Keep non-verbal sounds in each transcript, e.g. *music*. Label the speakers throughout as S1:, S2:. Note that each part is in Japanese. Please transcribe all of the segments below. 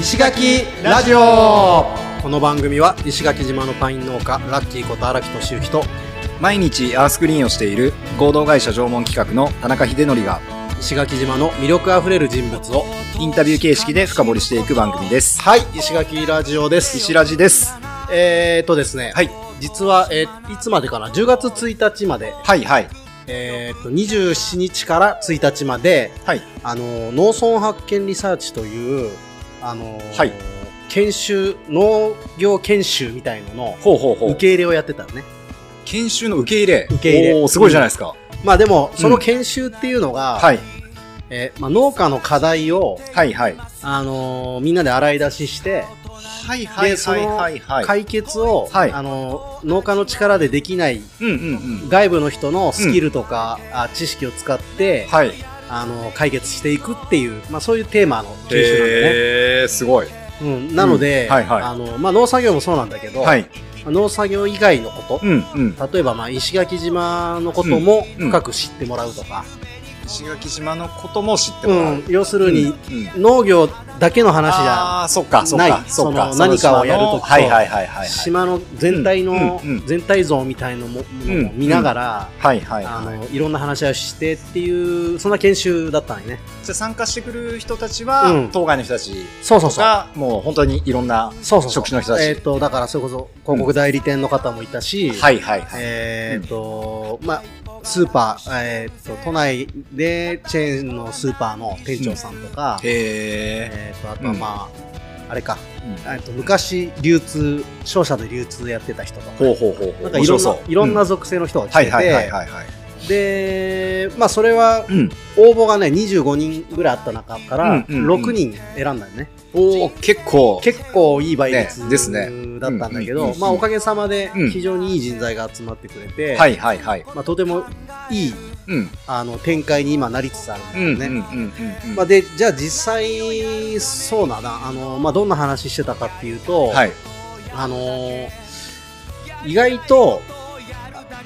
S1: 石垣ラジオ
S2: この番組は石垣島のパイン農家ラッキーこと荒木敏行と
S3: 毎日アースクリーンをしている合同会社縄文企画の田中秀則が
S2: 石垣島の魅力あふれる人物を
S3: インタビュー形式で深掘りしていく番組です。
S2: はい石垣ラジオです
S3: 石ラジです。
S2: えー、とですね
S3: はい
S2: 実は、えーいつまでかな10月1日まで
S3: はいはい。
S2: えー、と27日から1日まで、
S3: はい
S2: あの農村発見リサーチというあの、
S3: はい
S2: 研修農業研修みたいのの
S3: ほうほうほ
S2: 受け入れをやってたのね
S3: 研修の受け入れ。
S2: 受け入れ
S3: おーすごいじゃないですか。
S2: まあでも
S3: ん
S2: その研修っていうのが、
S3: はい。
S2: えーまあ、農家の課題を、
S3: はいはい。
S2: あのーみんなで洗い出しして
S3: はい
S2: でその
S3: はい。
S2: 解決を、
S3: はい
S2: あのー農家の力でできない
S3: うんうんうん。
S2: 外部の人のスキルとか、あ知識を使って、
S3: はい。
S2: あのー解決していくっていう、まあ、そういうテーマの研修なんでね。
S3: へー、すごい。
S2: うん、なので、
S3: うんはいはい
S2: あのまあ、農作業もそうなんだけど、
S3: はい。
S2: 農作業以外のこ
S3: うんうん。
S2: と、例えばまあ石垣島のことも
S3: うん
S2: 深く知ってもらうとか、
S3: 石垣島のことも知って
S2: う
S3: も
S2: ん
S3: らう。普
S2: 要するに農業だけの話じゃ、
S3: ああー、そっか、そっ
S2: ない
S3: か、そっか。
S2: その何かをやるときと
S3: はいはいはいはい。
S2: 島の全体の、
S3: うんうん
S2: 全体像みたいのも,、
S3: ん
S2: 見ながら、
S3: はいはい
S2: あ
S3: はい。
S2: のいろんな話をしてっていうそんな研修だったんよね
S3: じゃあ参加してくる人たち
S2: うん
S3: は、当該の人たち
S2: そうそうそう
S3: が、もう本当にいろんな、
S2: そうそうそう
S3: 職種の人たち
S2: えっ、とだからそれこそ広告代理店の方もいたし、
S3: はいはいはい。
S2: えーっと、まあ、スーパー、えーっと、都内でチェーンのスーパーの店長さんとか、
S3: へえ。
S2: えーっと、あとは
S3: うん
S2: まあ、あれか、
S3: うん
S2: えーっと昔流通、商社で流通やってた人とか、
S3: ほうほうほうほう。
S2: なんかいろんな
S3: 面白そう
S2: いろんな
S3: う
S2: 属性の人が来
S3: は
S2: て
S3: いはいはい
S2: て、
S3: はいはい。
S2: で、まあそれは
S3: うん。
S2: 応募がね、25人ぐらいあった中か
S3: う
S2: ら、
S3: んうんうん
S2: 6人選んだよね。
S3: おお結構。
S2: 結構いい倍率、
S3: ねですね
S2: だったんだけ
S3: うんうん
S2: ど
S3: う、ん
S2: まあおかげさまで
S3: うん
S2: 非常にいい人材が集まってくれて、
S3: はいはいはい。
S2: まあとてもいい
S3: うん。
S2: あの展開に今なりつつあ
S3: う
S2: るん
S3: ん
S2: だ
S3: う
S2: よ
S3: ん
S2: ね。
S3: うんうん。
S2: まあ、でじゃあ実際そうだなあの、まあ、どんな話してたかっていうと、
S3: はい。
S2: あのー意外と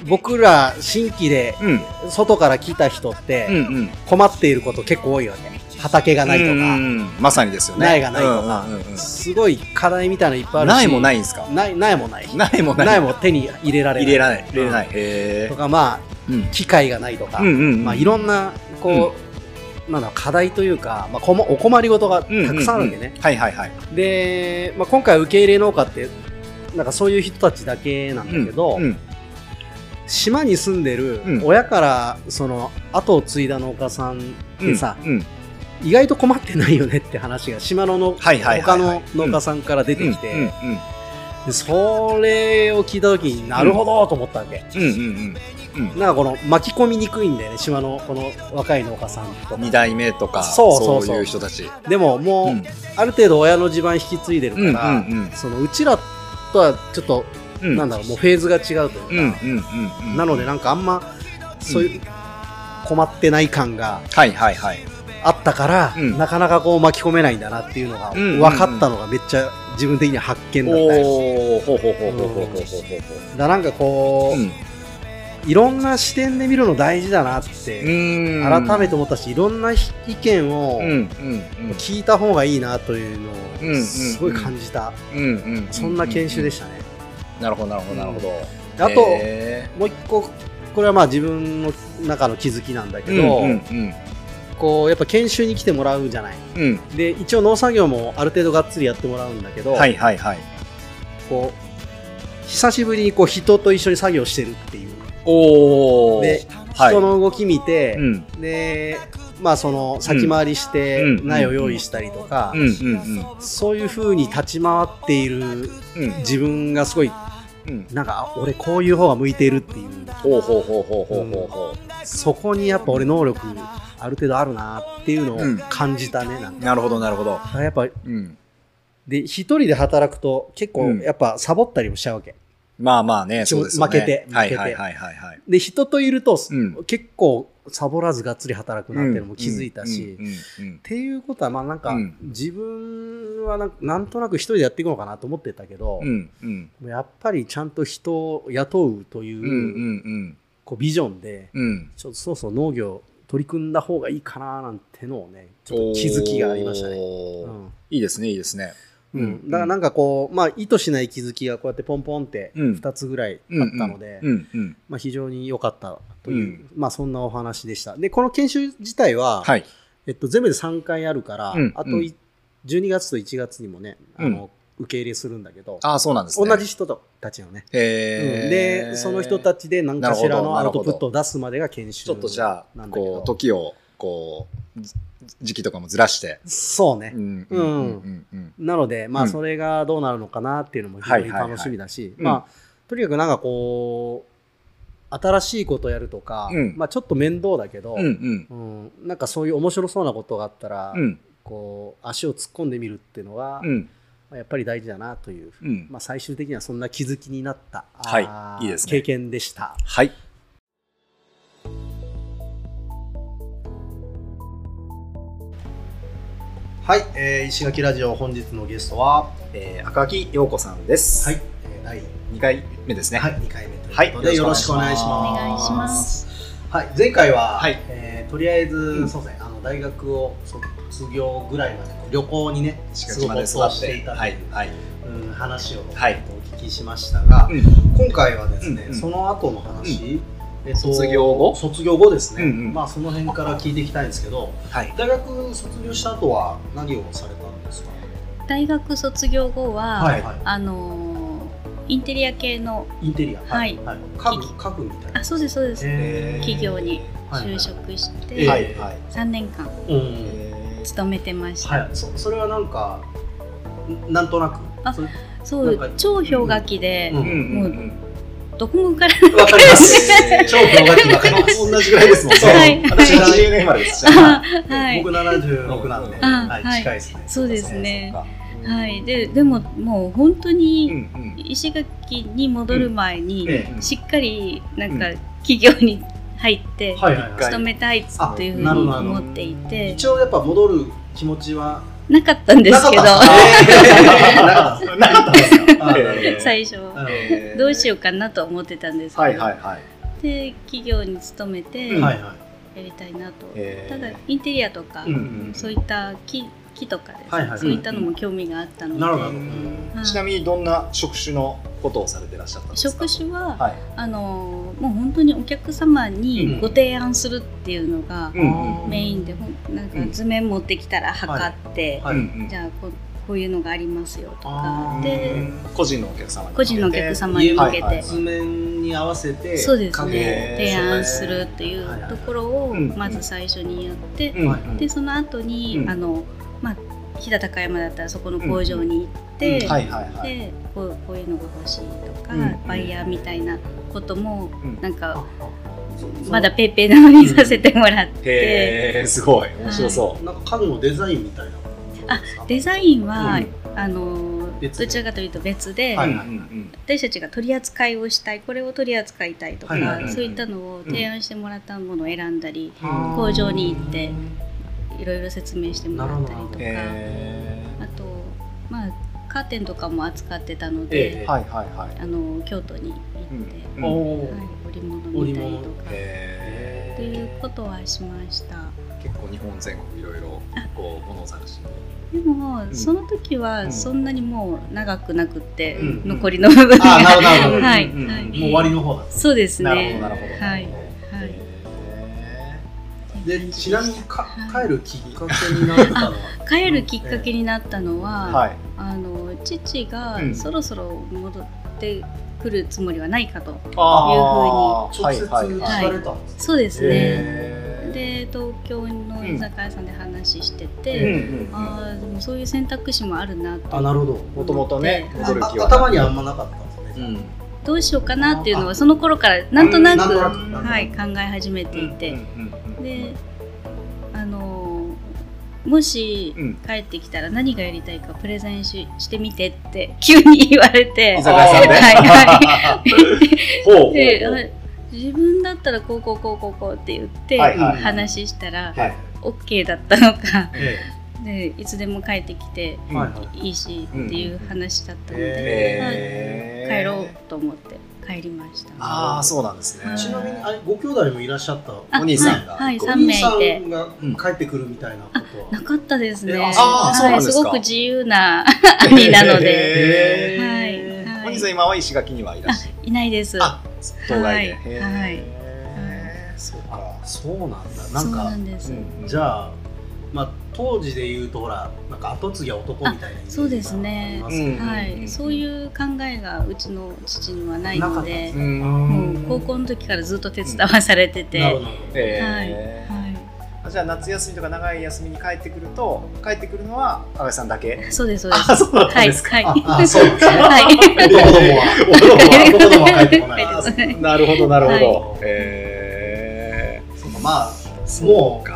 S2: 僕ら新規で
S3: うん。
S2: 外から来た人っ
S3: うん
S2: て
S3: うん。
S2: 困っていること結構多いよね畑がないとか、
S3: うんうんまさにですよね。
S2: 苗がないとか
S3: うんうんうんうん
S2: すごい課題みたいなのいっぱいあるし
S3: 苗もないいんですか
S2: ない苗もない
S3: 苗もない。
S2: 苗も手に入れられない
S3: 入れられない。入れない。へえ
S2: と。かま
S3: うん
S2: あ。機械がないとか、
S3: うんうんうん。
S2: まあ、いろんなこう、なんだろう課題というか、まあ、こもお困りごとがた
S3: うんうんうん
S2: くさんあるんでね、
S3: はいはいはい。
S2: で、まあ、今回受け入れ農家ってなんかそういう人たちだけなんだけど、
S3: うんうん
S2: 島に住んでる
S3: うん
S2: 親からその後を継いだ農家さんってさ、
S3: うん。
S2: 意外と困ってないよねって話が島のの、
S3: はいはいは
S2: 他
S3: いは
S2: の
S3: い
S2: 農家さんから出
S3: うん
S2: てきて、
S3: うんうん
S2: でそれを聞いた時になるほどと思ったわけ、
S3: うんうんうんうん。
S2: なんかこの巻き込みにくいんだよね島のこの若い農家さんと
S3: 二
S2: か
S3: 代目とか、
S2: そうそうそう
S3: そういう人たち。
S2: でももう、
S3: うん
S2: ある程度親の地盤引き継いでる
S3: うんうんう
S2: から、
S3: ん
S2: そのうちらとはちょっと、
S3: うん。
S2: なんだろうもうフェーズが違うというか、
S3: うんうんうんうん。
S2: なのでなんかあんまそういう困ってない感が
S3: はいはいはい。
S2: あったから、
S3: うん
S2: なかなかこう巻き込めないんだなっていうのが
S3: うんうんう
S2: 分
S3: ん
S2: かったのがめっちゃ自分的には発見だったよ
S3: おお、ほうほうほうほうほうほうほう
S2: だからなんかこ
S3: ほう。
S2: う、いろんな視点で見るの大事だなって
S3: ん
S2: 改め
S3: て、
S2: て思ったし、いろんなひ意見を
S3: うんうん
S2: 聞いた方がいいなという
S3: うんうん
S2: の
S3: う
S2: を
S3: ん
S2: すごい感じた、
S3: うんうんうんうん、
S2: そんな研修で
S3: し
S2: したね、
S3: た。なるほどなるほどなるほど。
S2: あと
S3: へ
S2: もう一個これはまあ自分の中の気づきなんだ
S3: ー
S2: けど、
S3: うんうん
S2: こうやっぱ研修に来てもらうじゃない
S3: うんうん
S2: で一応農作業もある程度がっつりやってもらうんだけど、
S3: はいはいはい。
S2: こう久しぶりにこう人と一緒に作業してるっていう
S3: おお。
S2: で
S3: はい
S2: 人の動き見て、
S3: うんうん
S2: でまあその先回りして
S3: うん
S2: 苗を用意したりとか、
S3: うんうん
S2: そういう風に立ち回っている
S3: うん
S2: 自分がすごい
S3: うん。
S2: なんかあ俺こういう方が向いているっていう
S3: ほうほうほうほうほうほうほ
S2: そこにやっぱ俺能力ある程度あるなっていうのを
S3: うん
S2: 感じたねなん
S3: う。
S2: か
S3: なるほどなるほど。
S2: だからやっぱ
S3: うん。
S2: で一人で働くと結構
S3: うん
S2: やっぱサボったりもしちゃうわけ
S3: まあまあね、そうですよね。
S2: 負けて負けて
S3: はいはいはいはいはい。
S2: で人といると、
S3: うん
S2: 結構サボらずがっつり働くなっていうのも気づいたし、っ
S3: うんうんうんうん
S2: ていうことはまあなんか、
S3: うん
S2: 自分はなんなんとなく一人でやっていくのかなと思ってたけど、
S3: うんうん
S2: やっぱりちゃんと人を雇うという,、
S3: うんうんうん
S2: こうビジョンで
S3: うん。
S2: ちょっとそうそう農業取り組んだ方がいいかななんてのをね、ちょっと気づきがありましたね。
S3: お
S2: う
S3: ー
S2: ん
S3: いいですね、いいですね。
S2: う
S3: うん
S2: ん、だからなんかこう、まあ、意図しない気づきがこうやってポンポンって
S3: うん
S2: 2つぐらいあっ
S3: うん
S2: たので、
S3: うんうん。
S2: まあ、非常に良かったという、
S3: うん
S2: まあ、そんなお話でした。で、この研修自体は、
S3: はい。
S2: えっと、全部で3回あるから、
S3: うん
S2: あと
S3: うん
S2: い12月と1月にもね、あ
S3: う
S2: の受け入れするんだけど、
S3: ああ、そうなんですね。
S2: 同じ。人たちのね、う
S3: え
S2: ん
S3: ー、
S2: で、その人た
S3: ち。
S2: ちで何かしらの
S3: な
S2: ア
S3: る
S2: ウ
S3: ほど
S2: トプットを出すまでが研修
S3: ちょっとじゃ
S2: な
S3: あ、
S2: んだけど
S3: こう、時を、こう、じ時期とかもずらして。
S2: そうね。
S3: んんうん。
S2: なので、ま
S3: う
S2: あ、
S3: ん
S2: それがどうなるのかなっていうのも非常に楽しみだし、
S3: はいはいはい
S2: まあ、とにかくなんかこう、新しいことやるとか、
S3: うん
S2: まあ、ちょっと面倒だけど、
S3: うんうん。
S2: うんなんかそういう面白そうなことがあったら、
S3: うん
S2: こう、足を突っ込んでみるっていうのが、
S3: うん
S2: まあやっぱり大事だなという、
S3: うん。
S2: まあ、最終的にはそんな気づきになった、
S3: はい
S2: あー
S3: いいですね
S2: 経験でした。
S3: はい。
S2: はい、えー石垣ラジオ本日のゲストは、
S3: えー、赤木陽子さんです。
S2: はい、。えー第
S3: 2回目ですね。
S2: はい、2回目と
S3: は
S2: いう
S3: い
S2: ことで、よろしくお願いします。
S4: お願いします。
S2: はい、前回は、
S3: はい
S2: えーとりあえず、
S3: ん
S2: そうですね、あの大学を卒業ぐらいまで旅行にね、す
S3: 石垣
S2: ご
S3: ま
S2: く没
S3: で育
S2: 頭
S3: っ
S2: しててい。たと、
S3: はいいうはい。
S2: うん話を、
S3: はい
S2: えっとお聞きしましたが、
S3: うん
S2: 今回はですね、
S3: うんうん
S2: その後の話、えっと
S3: 卒業後
S2: 卒業後ですね、
S3: うんうん
S2: まあその辺から聞いていきたいんですけど、
S3: はい。
S2: 大学卒業した後は何をされたんですか。
S4: 大学卒業後は、
S2: はいはい
S4: あのーインテリア系の
S2: インテリア、
S4: はい
S2: はい、家具家具みたいな
S4: あ。そうですそうです
S2: へー
S4: 企業に
S2: はいはい
S4: 就職し
S2: え
S4: て
S2: ー
S3: はい。はい。
S4: 3年間
S2: うん。
S4: 勤めてました、
S2: はい。そそれはなんかんなんとなく。
S4: あ
S2: それ
S4: そ
S2: なん
S4: う
S2: か
S4: 超氷河期で、
S2: うん
S3: うんうんうん。
S4: どこも受から
S2: わかります。
S3: *laughs* 超氷河期わかり
S2: *laughs*
S3: ます。同じぐらいですもんね。
S4: はい
S3: 私80年生まれですし。
S4: な *laughs* はい
S2: 僕七十六なんで、
S4: あ
S2: はい
S4: はい
S2: 近いですね。
S4: そうですね
S2: そうか
S4: はいででももう本当
S3: うん
S4: に
S3: うん
S4: 石垣に戻る前に、
S3: ええ
S4: しっかりなんか
S3: う
S4: 企業に入って、
S2: そうかはいはい
S3: 一
S2: は
S3: 回
S2: い。
S4: 勤めたいというふう
S2: あ
S4: に
S2: なるほどなるほ
S3: ど
S4: 思っていて
S2: 一応やっぱ戻る気持ちは
S4: なかったんで
S2: な
S4: す
S2: かっ
S4: け
S2: た
S4: *laughs* ど
S2: んですねなかったんですね。
S3: なかったんですか
S2: あなるほど
S4: 最初は。
S2: え
S4: どうしよ
S3: う
S4: うかなと思ってたんですけど、
S3: はいはいはい。
S4: で企業に勤めて
S3: うん
S2: は
S4: や
S2: いは
S4: りたいなと、
S3: えー
S4: ただインテリアとか、
S2: うん
S4: そういった木木とかですね、
S2: はいはい
S4: そういったのも興味があったの
S2: い。
S4: で、
S2: なるほど。
S4: はい
S3: ちなみにどんな職種のことをされてらっしゃったんですか
S4: 職種は、
S3: はい。
S4: あのもう本当にお客様にご提案するっていうのが
S3: うんうん
S4: メインで、ほんなん
S3: う
S4: か
S3: ん
S4: 図面持ってきたら測って、
S2: はい
S3: うん
S4: じゃあここういうのがありますよと
S2: あー
S4: かで
S3: 個人のお客様に向けて
S4: 個人のお客様に向けて、
S3: はいはい
S2: 図面に合わせて
S4: そうです
S2: 家具を
S4: ね提案するとい
S2: はいは
S4: う
S2: い
S4: ところを
S3: うん
S4: まず最初にやって、
S3: うん
S2: はい
S4: でその後に、
S3: うん
S4: あのまあ飛騨高山だったらそこの工場に行って、
S3: はいはいはい。
S4: でこうこういうのが欲しいとか、
S3: うん
S4: バイヤーみたいなことも、
S3: うん
S4: なんか
S2: そそ
S4: まだペイペイなのにさせてもらって、
S3: へえすごい面白そ
S2: なんか家具のデザインみたいなことですか。
S4: デザインは、
S3: うん
S4: あの
S2: 別で
S4: どちらかというと別で、
S3: う。
S2: はい
S3: うんうん
S4: 私たちが取り扱いをしたいこれを取り扱いたいとか、
S2: はいはいはい
S4: そういったのを提案してもらったものを選んだり、
S3: うん
S4: 工場に行っていろいろ説明してもらったりとか、
S3: へ
S4: あとまあカーテンとかも扱ってた
S2: え
S4: ので、
S2: え
S3: えはいはいはい。
S4: あの京都に行って、
S3: うん
S2: おお
S4: はい、織物見たりとか
S3: へ
S4: ってい
S3: ー
S4: うことはしました
S3: 結構日本全国いろいろこう物を探しに
S4: でも、
S3: ん
S4: その時
S3: う
S4: は
S3: ん
S4: そんなにもう長くなくって、
S2: うん
S4: 残りの部分が、
S2: あーなるほどなるほど
S4: はい、
S3: うんうんうん
S4: はい
S2: もう終わりの方だ。
S4: そうです
S3: なるほど
S4: ね
S3: なるほど。
S4: はいは
S3: へ
S4: い
S2: でちなみにか帰るきっかけになったのは
S4: 帰るきっかけになったの
S3: ー
S4: は、
S3: はい。
S4: あの父が
S3: うん
S4: そろそろ戻ってくるつもりはないかと、
S3: あー
S2: 直接
S3: はいはい
S2: 聞
S3: はい
S2: かれたんですか。
S4: そうですね、
S3: へー
S4: で東京の居酒屋さんで話して
S3: うんう
S4: て、
S3: ん
S4: ああでもそういう選択肢もあるなと
S2: あなるほど。
S3: もともとね
S4: で
S3: 戻る気
S2: あ
S3: は
S2: 頭にあんまなかったんですね。
S3: うんうん
S4: どうしようかなっていうのはその頃からなんとなく、
S2: なんとなくなんとなく
S4: はい、考え始めていて、
S3: うんうん
S4: であのーもし
S3: うん
S4: 帰ってきたら何がやりたいかプレゼンししてみてって *laughs* 急に言われて
S3: 居酒屋さんで
S4: はいは
S3: *laughs* ほうほうほう
S4: い、であ自分だったらこうこうこうこうこうって言って
S3: はいはい
S4: 話したら
S3: はい
S4: OK だったのか *laughs*
S2: え
S4: でいつでも帰ってきて
S2: えはいはい。
S4: いいしっていう話だったので、
S2: え
S4: 帰ろ
S3: へー
S4: うと思って帰帰りました。
S3: ああ、そうなんですね。
S2: ちなみにあれご兄弟もいらっしゃった
S4: あ
S3: お兄さんが
S4: はい、
S3: こう
S4: 3名い
S2: お
S4: て。
S2: 兄さんが帰ってくるみたいなこと
S4: な
S2: は
S4: かったですね。
S2: えあ
S3: あそうなんですか
S4: はい、すごく自由な兄なので。
S3: へ
S4: はい
S3: ーお
S4: はい
S3: 兄さん今は石垣にはいらっしゃる。
S4: いないです。
S3: あ当該で。
S4: はい
S3: へ
S4: はい
S3: ーそうか。
S2: そうなんだな
S4: そ
S2: ん
S4: う
S2: か
S4: なんです。
S3: うん
S2: じゃあまあ当時で言うとほらなんか後継ぎは男みたいなイメージが
S4: そうですね
S2: ありますけど
S3: うん
S4: はい、そういう考えがうちの父にはない
S2: なか
S4: の
S2: ったで、
S4: ですもう高校の時からずっと手伝わされてて、
S2: なるほ
S4: は
S2: ど
S3: えー
S4: い、
S3: あじゃあ夏休みとか長い休みに帰ってくると帰ってくるのは阿部さんだけ
S4: そうですそうです。
S3: あそうだった
S4: は
S3: ん
S4: い、
S3: ですか、
S4: はい、
S2: ああそうなんですね
S4: *laughs* はい、
S2: 男どもは男どもは帰ってこない
S4: 帰ってこない
S3: なるほどなるほど、
S2: はい
S3: え
S2: そうかまあもう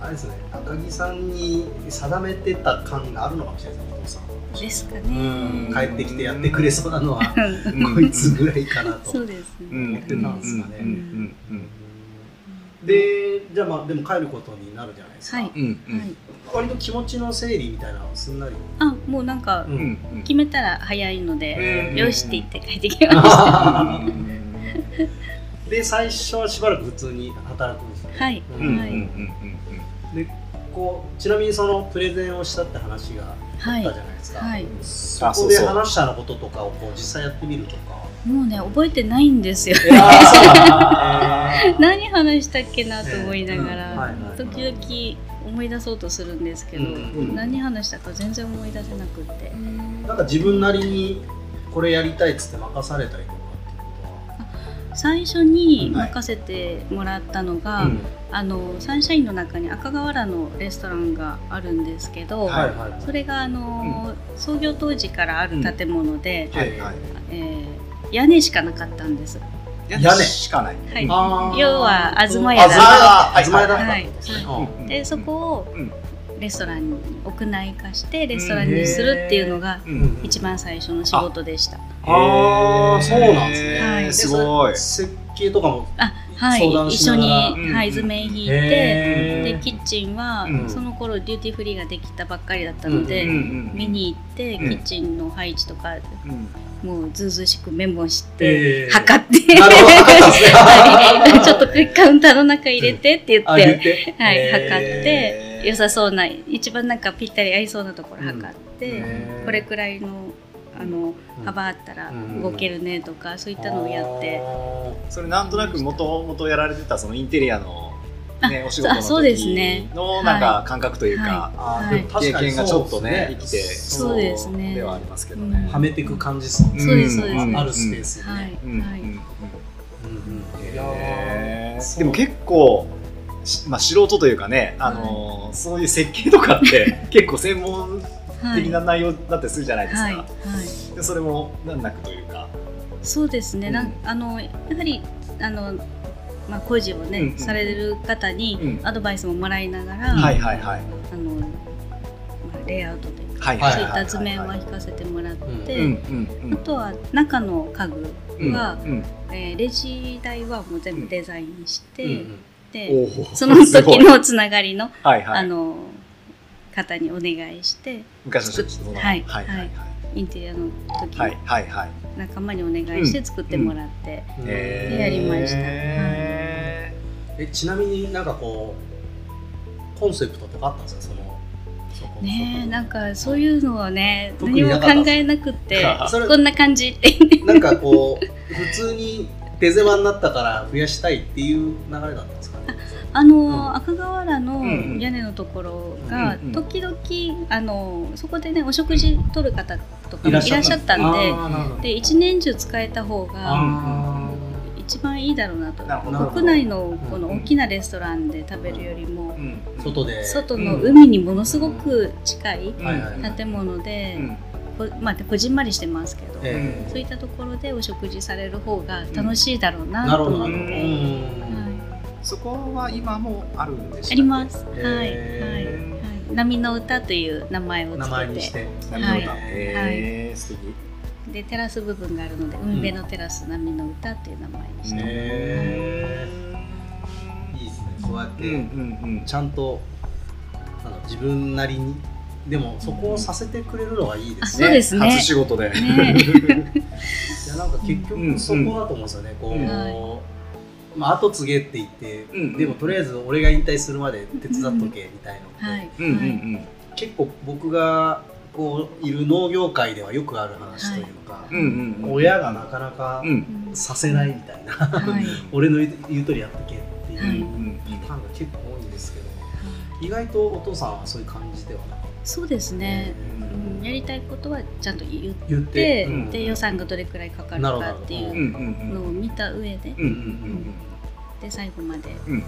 S2: あれですね高木さんに定めてた感があるのかもしれないですねお父さんは
S4: ですか
S3: うん
S2: 帰
S4: ね。
S2: ってきてやってくれそうなのは
S3: ーうん
S2: こいつぐらいかなと
S4: そうですね。
S3: うん
S2: やってたんですかね
S3: うんうん
S2: でじゃあまあでも帰ることになるじゃないですか、
S4: はい
S3: うんうんうん
S4: はい、
S2: 割と気持ちの整理みたいなのはすんなり、
S4: あ、もうなんか
S3: うん *laughs* うん
S4: 決めたら早いので、
S3: えー
S4: よしって言って帰ってきました。
S3: うんうん
S2: で最初はしばらく普通に働くんですよね
S4: はい
S3: うんうんうん
S4: はい
S2: でこうちなみにそのプレゼンをしたって話があ
S4: は
S2: っ
S4: い
S2: たじゃないですか、
S4: はい、
S2: そ
S3: あそ
S2: こ
S3: う
S2: で
S3: そう
S2: 話したようなこととかをこう実際やってみるとか
S4: もうね覚えてないんですよ。
S2: え
S4: 何話したっけなと思いなが
S2: えーうんはい
S4: ら
S2: はいはい、
S4: 時々思い出そうとするんですけど
S2: うん *laughs* う、ん
S4: 何話したか全然思い出せなくって。
S2: なんか自分なりにこれやりたいっつって任されたりとかっていうこ
S4: 最初に
S2: はい
S4: 任せてもらったの
S2: と
S4: が、
S2: は、うん
S4: あのサンシャインの中に赤瓦のレストランがあるんですけど、
S2: はいはいはい
S4: それがあの、創業当時からある建物で、
S3: はいはい
S4: えー屋根しかなかったんです。
S3: 屋
S2: 根
S3: しかない、
S4: はい
S3: うん
S2: あー
S4: 要は東
S2: 東屋
S4: 屋だ
S2: だ東屋だ
S4: はい
S2: ってことですね
S3: はい
S4: でそこを
S3: うん
S4: レストランに屋内化してレストランにするっていうのが
S3: う
S2: うんんうん
S4: 一番最初の仕事でした。
S2: あーそうなんですね
S4: はい
S3: すごい
S2: で。それ設計とかも
S4: あはい、
S2: 相談し
S4: 一緒
S2: な
S4: に、
S2: がら
S3: うん
S4: はい、図面引いて、
S2: へー
S4: でキッチンは、
S3: うん
S4: その頃デューティーフリーができたばっかりだったので、
S2: うん
S4: 見に行って、
S3: うん
S4: キッチンの配置とか
S3: うん
S4: もうずうずうしくメモして、
S2: えー
S4: 測って
S2: なるほど測ったんですね
S4: はい *laughs* ちょっとカウンターの中入れてって言
S2: あ
S4: っ、
S2: 言ってて
S4: はい
S2: えー
S4: 測って良さそうな一番なんかぴったり合いそうなところ測って、
S2: えー
S4: これくらいのあの幅あったら
S2: うん
S4: 動けるねとか、そういったのをやって。
S3: それなんとなくもともとやられてたそのインテリアの、ね、お仕事
S4: あそう
S3: の
S4: です
S3: 時
S4: ね
S3: のなんか感覚というか、
S2: あー
S4: はい
S2: でも確
S3: 経
S2: かに
S3: 験がちょっとね
S2: そう
S3: 生
S2: で
S3: き
S2: す
S3: て
S4: そうですね
S3: ではありますけど
S4: う
S3: ね
S4: ん。
S2: はめていく感じですもんね
S4: そうですそうです
S2: あるスペースにね
S4: はい、
S3: うん
S4: はい
S3: うん
S2: うんうんいや
S3: へ
S2: ー
S3: ー
S2: そう
S3: でも結構、しまあ、素人というかね、あのーそういう設計とかって
S4: *laughs*
S3: 結構専門
S4: はい
S3: 的な内容だってするじゃないですか、
S4: はいはい
S3: でそれも難なくというか、
S4: そうですね、な
S3: うん
S4: ん、あのやはりあの、まあ、工事をね、
S3: うんうん
S4: される方に
S3: うん
S4: アドバイスももらいながら、
S2: うん
S3: はいはいはい
S4: あのまあレイアウトで
S3: はい
S2: は
S4: そう
S2: い
S4: い
S2: は
S4: っ
S2: い
S4: た図面は引かせてもらって、
S2: うん
S3: うんうん
S4: あとは中の家具
S3: うん
S4: は、
S3: うん
S4: えーレジ台はもう全部デザインして、
S3: うん
S4: で
S3: おー
S4: その
S3: すごい
S4: 時のつながりの、
S3: はいはい、
S4: あの方にお願いして
S3: 昔の人たちの
S4: はい
S3: はいはい
S4: インテリアの時
S3: はい
S4: の
S3: はいはい
S4: 仲間にお願いして作ってもらって、
S2: うん
S3: へ
S4: でやりました
S3: へ
S2: えちなみになんかこうコンセプトとかあったんですかそのそこ
S4: ねえ
S2: そこ
S4: なんかそういうのはね
S2: 特に
S4: 何
S2: な
S4: も
S2: かった
S4: 考えなくって
S2: それ
S4: こんな感じって言って
S2: なんかこう普通に手狭になったから増やしたいっていう流れだったんですかね
S4: あの、赤瓦の
S3: うんうん
S4: 屋根のところが
S3: うんうん
S4: 時々あのそこでねお食事取る方とかもい
S2: いら
S4: ら
S2: っ
S4: っ
S2: し
S4: し
S2: ゃ
S4: ゃ
S2: っ
S4: ったたんで
S2: あーなるほど
S4: で一年中使えた方が
S2: あ
S4: 一番いいだろうなと
S3: なるほど
S4: 国内のこの
S2: うんうん
S4: 大きなレストランで食べるよりも
S3: ーうん
S2: ー外で
S4: 外の海にものすごく近い
S2: はいはいはい
S4: 建物で
S3: う、ん
S4: こまあこじんまりしてますけど。
S2: ええ
S4: そういったところでお食事される方が楽しいだろうな
S2: なる
S4: と
S2: ほどな
S4: 思っ
S2: る
S4: て、
S2: ほど
S3: う
S4: は
S3: そこは今もあるんでし
S4: い、あ
S3: たっけ
S4: ります。はい、はい、はい
S2: へ
S4: 波の歌という名前を
S2: 名
S4: つ
S2: 前
S4: け
S2: に
S4: て
S2: して
S3: なるほど
S4: はい
S3: へー素敵
S4: でテラス部分があるので海辺のテラス、波の歌という名前にして、
S2: へえいいですねそうやっ
S3: う
S2: て、
S3: んうん
S2: ちゃんとなんだ自分なりにでもそこをさせてくれるのがいいで
S4: あ
S2: す
S4: そうですね
S3: 初仕事で
S4: ね
S2: やねなんか結局そこだと思うんですよね、こう、まあ後継げって言って、
S3: うん
S2: でもとりあえず俺が引退するまで手伝っとけみたいのって、
S4: はい。
S3: うんうん
S2: 結構僕がこういる農業界ではよくある話というか、
S3: うんうんうん
S2: 親がなかなか
S3: うん
S2: させないみたいな、 *laughs*
S4: はい。
S2: 俺の言う通りやってけっていう
S4: は
S2: パ
S4: い
S3: うん
S2: ターンが結構多いんですけど、意外とお父さんはそういう感じではなく
S4: そうですね。
S2: て
S4: うんやりたいことはちゃんと言っ
S2: 言って、
S4: て、
S2: うん
S4: で予算がどれくらいかかる
S2: なるほど
S4: かってい
S3: うんう
S4: うん
S3: うん
S4: のを見た上で、
S3: うんうん
S4: で最後まで
S3: うん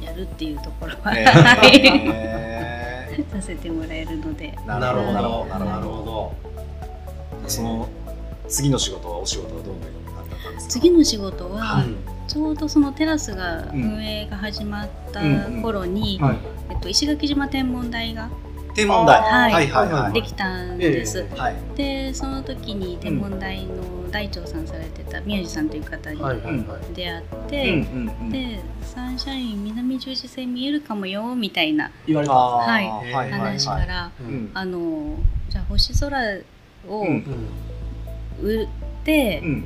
S4: やるっていうところは、
S3: うん
S4: はい
S3: えー
S4: *laughs* させてもらえるので、
S3: なるほどなるほどなる
S2: なる
S3: ほど
S2: ほど
S3: その次の仕事はお仕事はどういうのだったんですか
S4: 次の仕事
S2: う
S4: は
S2: ん
S4: ちょうどそのテラスが運営が始まった頃に、
S3: はい
S4: えっと石垣島天文台が
S3: 天文台
S4: はい
S3: はいはいはい
S4: できたんです。
S2: ええ
S3: はい
S4: でその時に天文台の大長さんされてた宮地さんという方に
S2: はいはいはい、
S4: 出会っ
S3: う
S4: て、
S3: んうんうん
S4: でサンシャイン南十字星見えるかもよみたいな
S2: 言われ
S3: あ
S2: た
S3: ー
S2: んで
S4: はい
S3: はいはいはい
S4: 話から、
S2: すね、
S3: うん
S4: あのじゃあ星空を
S3: うん
S2: うん
S4: 売って、
S3: うん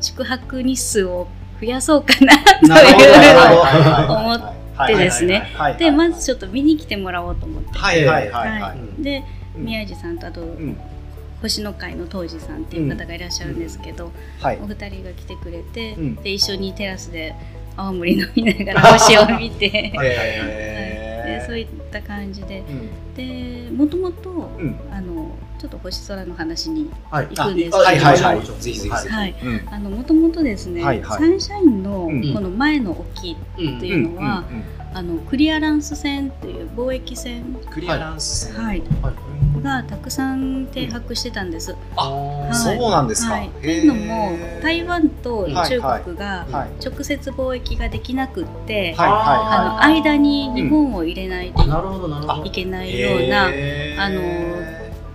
S4: 宿泊日数を増やそうかな
S2: なるほどなるほど
S4: 思ってですねでまずち
S3: ょっ
S4: ょっと見に来てもらおうと思って
S3: とはいはいはいは
S4: はい
S2: うん、
S4: で
S3: うん
S4: 宮地さんとあと、
S3: うん
S4: 星の会の当時さんっていう方がいらっしゃるんですけど、
S3: はい
S4: お二人が来てくれて、
S3: うん
S4: で一緒にテラスで泡盛飲みながら
S3: *laughs*
S4: 星を見てはい
S3: え
S4: で
S3: ー
S4: そういった感じで
S3: うん
S4: でもともと
S3: うん
S4: あのちょっと星空の話に
S2: はい
S4: 行くんですけど
S3: はいはいは
S2: もちろん
S3: いぜひぜひぜ
S4: はい
S3: ひうん
S4: あのもともとですね、
S3: はいはい
S4: サンシャインの
S3: うん
S4: この前の沖、
S2: うん
S4: というのはあのクリアランス船という貿易船、
S3: クリアランス線
S4: はい、
S2: はい
S4: がたくさん停泊してたんです。
S2: あ
S4: い
S2: ー
S3: そうなんですか
S4: はい、
S3: へー
S4: というのも台湾と中国が
S3: はい
S4: 直接貿易ができなくって、
S3: はい
S4: あ
S3: は
S4: の間に日本を入れないと
S2: なるほどなるほど
S4: いけ
S3: い
S4: な
S3: はい
S4: いような
S3: へー
S4: あの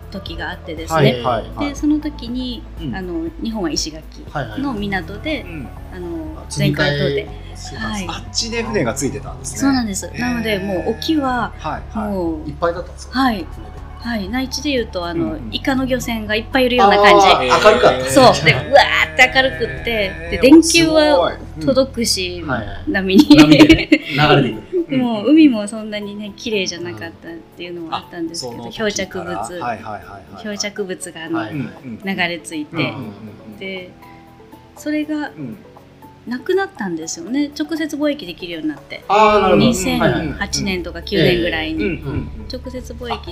S4: 時があってです
S3: は
S4: ね、
S3: いはいはい
S4: でその時に、
S3: うん
S4: あの日本は石垣
S2: はいはい
S4: の港で、
S3: うん
S4: あの
S2: 積
S4: 全
S2: み替
S4: 海
S2: え
S4: 島で、
S2: そうなんです
S4: はい、
S3: あっちで船がついてたんですね
S4: そうなん
S3: で
S4: です。
S3: へー
S4: なのでもう沖は
S3: すはいはい
S4: もう、
S2: いっぱいだったんですか
S4: はい
S2: 船で
S4: はい内地でいうとあの、
S3: うん
S4: イカの漁船がいっぱいいるような感
S2: あ
S4: じ。
S2: ー明るかった
S4: そうでうわーって明るくってで電球は届くし、
S2: はいはい
S4: *laughs* 波に。
S2: 波で流れてくる
S4: でも海もそんなにね綺麗じゃなかったっていうのもあったんですけど漂着物、漂
S3: 漂
S4: 着物があの、
S2: はい
S4: 流れ着いて、
S2: うん
S4: でそれがなくなったんですよね直接貿易できるようになって
S2: ああなるほどはいはい
S4: 2008年とか9年ぐらいに
S3: ちょ
S4: 直接貿易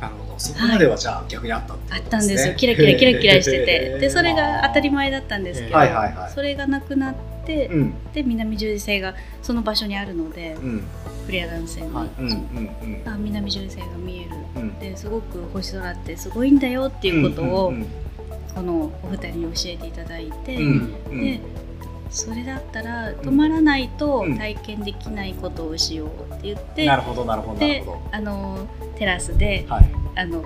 S3: なるほどそこまではじゃあ逆にあったって
S4: あ
S3: こ
S4: っ
S3: と
S4: たんですよ、
S3: ね
S4: キラキラキラキラして
S3: へ
S4: て
S3: ー
S4: でそれが当たり前だったんですけど、
S3: はいはいはい
S4: それがなくなって、
S3: うん
S4: で南十字星がその場所にあるので
S3: うん
S4: クリアランス線に、
S2: はい
S3: うんうん
S4: あ南十字星が見える
S3: うんうん
S4: ですごく星空ってすごいんだよっていうことを、このお二人に教えていただいて、
S3: うんうん
S4: でそれだったら泊まらないと
S3: うん
S4: 体験できないことをしようって言って、
S3: なるほどなるほどなる
S4: で
S3: ほ
S4: あのテラスで
S3: どはい *laughs*
S4: あの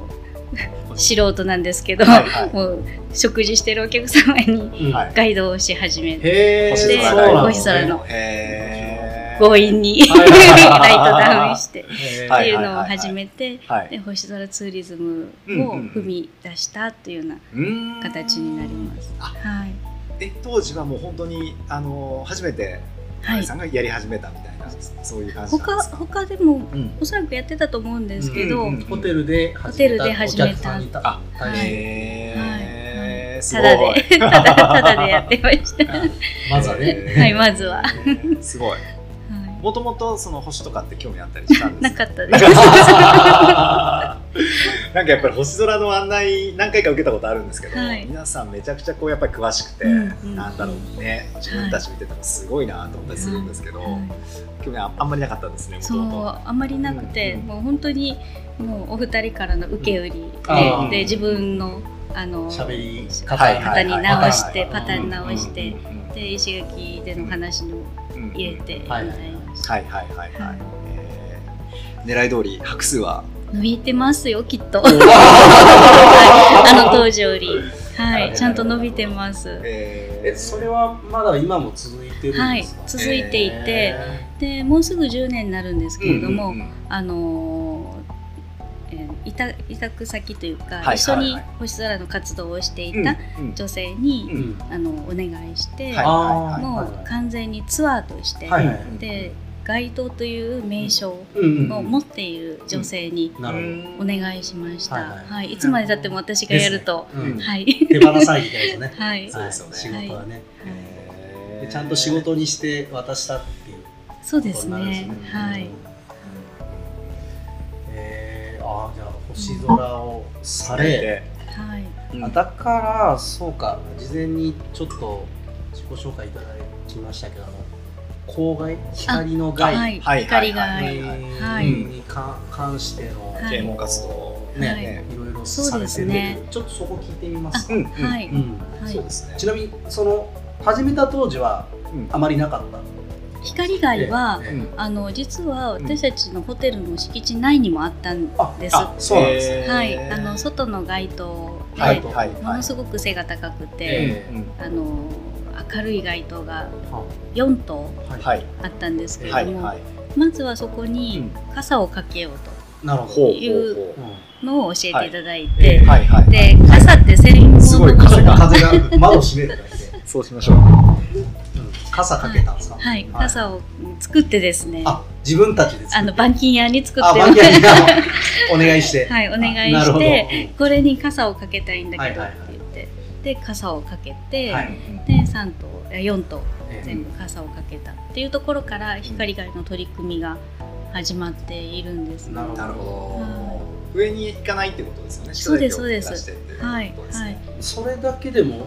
S4: 素人なんですけど、
S3: はいはい
S4: *laughs* もう食事してるお客様に
S2: う
S4: *laughs*
S2: ん
S3: はい
S4: ガイドをし始めて
S2: へえ
S3: 星
S4: で
S3: 空
S2: そう
S3: ガイド
S2: なん
S4: 星
S2: ですね
S4: 空の
S3: へー
S4: 強引に
S2: はいはい
S4: *laughs* ライトダウンしてっ
S2: へ
S3: は
S4: ていう
S3: はいはい
S4: のを
S3: はい
S4: 始めて
S3: はい
S4: で星空ツーリズム
S3: うん
S4: を
S3: うんうん
S4: 踏み出したっていうような
S3: うーん
S4: 形になります。
S3: あ
S4: はい、
S3: で当時はもう本当にあの初めて
S4: は
S3: はい
S4: い
S3: さんがやり始めたみたいなそういう感じなん
S4: 他
S3: ですか
S4: 他でも
S3: うん
S4: おそらくやってたと思うんですけど、
S3: うんうんうん
S2: ホテルで
S4: ホテルで始めた
S2: お客さんにいた
S3: あ
S2: 大変
S3: へーすご
S4: た
S3: い
S4: だでただただでやってました。は
S2: まずはね
S3: *laughs* へー
S4: い、まずは、は
S3: すごい
S4: い、
S3: もともとその星とかって興味あったりしたんで
S4: な
S3: す
S4: か
S3: か *laughs*
S4: ったです。
S3: なんかやっぱり星空の案内何回か受けたことあるんですけど、
S4: はい
S3: 皆さんめちゃくちゃこうやっぱり詳しくて、
S4: うんうん
S3: なんだろうね自分たち見ててもすごいなと思ったりするんですけど、
S4: はい
S3: 興味ああんまりなかったんですね
S4: そ
S3: 元
S4: う
S3: 々
S4: あんまりなくて、
S3: うんうん
S4: もう本当にもうお二人からの受け売りで、
S2: あー
S4: で自分のあの
S2: 喋り
S3: はいはい
S4: 型に直して、
S2: はい
S4: パターン直して、
S3: うんうんうん
S4: で石垣での話にも
S3: うんうん
S4: 入れてみ
S2: は
S4: た
S2: い
S4: いな、
S3: はいはいはいはい、
S4: はい
S3: えー狙い通り拍数は
S4: 伸びてますよきっと
S3: *laughs*
S4: *laughs* あの当時よりはいちゃんと伸びてます
S3: えー
S2: えそれはまだ今も続いてるん
S4: は
S2: で
S4: い
S2: すか
S4: 続いていて、
S2: へ
S4: でもうすぐ10年になるんですけれども、
S3: うんうんうん
S4: あのーえー委託委託先というか、
S3: はい
S4: 一緒に
S3: はい
S4: 星空の活動をしてい
S3: うん
S4: た
S3: うん
S4: 女性に、
S2: ん
S4: あのお願いして、
S3: はい
S2: あー
S4: もう完全にツアーとして、
S2: はいはい
S4: で街頭という名称
S2: うんうん
S4: を持っている女性に
S2: なるほど
S4: お願いしました、
S2: はい
S4: は
S2: はい
S4: いい、つまでたっても私がやると、
S2: うん
S3: うん
S4: はい
S2: 手放さないみたいですね
S4: はい
S3: そうですよね
S2: 仕事はね、
S3: へー
S2: でちゃんと仕事にして渡したっていう
S4: そう
S2: こ
S4: で
S2: と
S4: す
S2: になるんです
S4: ね
S2: ね。
S4: はい
S2: えー、あーじゃあ星空をされ、
S3: で
S4: はい
S3: うん
S2: あだからそうか事前にちょっと自己紹介いただきましたけどあの光害光の害、
S4: はい
S3: はい
S4: 光が、
S3: はい
S2: えー
S4: はい
S2: に関関しての、
S4: はい
S3: 啓蒙活動
S2: ね、
S4: はい
S2: い、ろいろ
S4: そ
S2: さ
S4: う
S2: れ
S4: で
S2: て
S4: す
S2: て、
S4: ね
S2: ちょっとそこ聞いてみますか、
S3: うんうん
S4: はい
S2: うん
S4: はい
S3: そうですね
S2: ちなみにその始めた当時は
S3: うん
S2: あまりなかった、
S4: 光街は、
S2: ええ
S3: うん
S4: あの実は私たちのホテルの敷地内にもあったんです。
S2: あそうなんですね、
S3: へー
S4: はい、あの外の街灯で、
S3: はいはいはい
S4: ものすごく背が高くて、
S2: え
S3: うん
S4: あの明るい街灯が
S2: は
S4: 4灯
S2: はい
S3: はい
S4: あったんですけれど
S3: はい
S4: も、
S3: はい
S4: まずはそこに傘をかけよう
S2: なる
S3: ほ
S2: ほ
S3: う
S2: ど、
S4: いう
S3: ほうほ
S4: とのを教えていただいて、
S2: はいえ
S3: うはいはい
S4: で傘って専門
S3: すごい
S4: の
S3: 風が
S2: 風が窓閉めるだけで、
S3: そうしましょう
S2: 傘かけたんですか、
S4: はい、傘を作ってですね、
S2: あ自分たちです
S4: あの板金屋に作
S2: あ
S4: って
S2: バンキャリーがお願いして
S4: *laughs* はい、お願い
S2: なる
S4: し
S2: ほど
S4: て、これに傘をかけたいんだけど
S2: は
S4: っ
S2: い
S4: て
S2: はいはい
S4: 言って、で傘をかけて、
S2: は
S3: う
S2: い
S3: ん
S4: で3頭4頭
S2: ええ
S4: 全部傘をかけたっていうところから光害の取り組みが始まっているんですね。
S2: なるほ
S3: なるほ
S4: は
S3: ど上に行かないってことですよね
S4: そうですそうで
S3: 下
S4: す
S3: だけを出してっていう
S4: はい
S3: ことです
S4: は
S3: ね
S4: い、
S2: それだけでも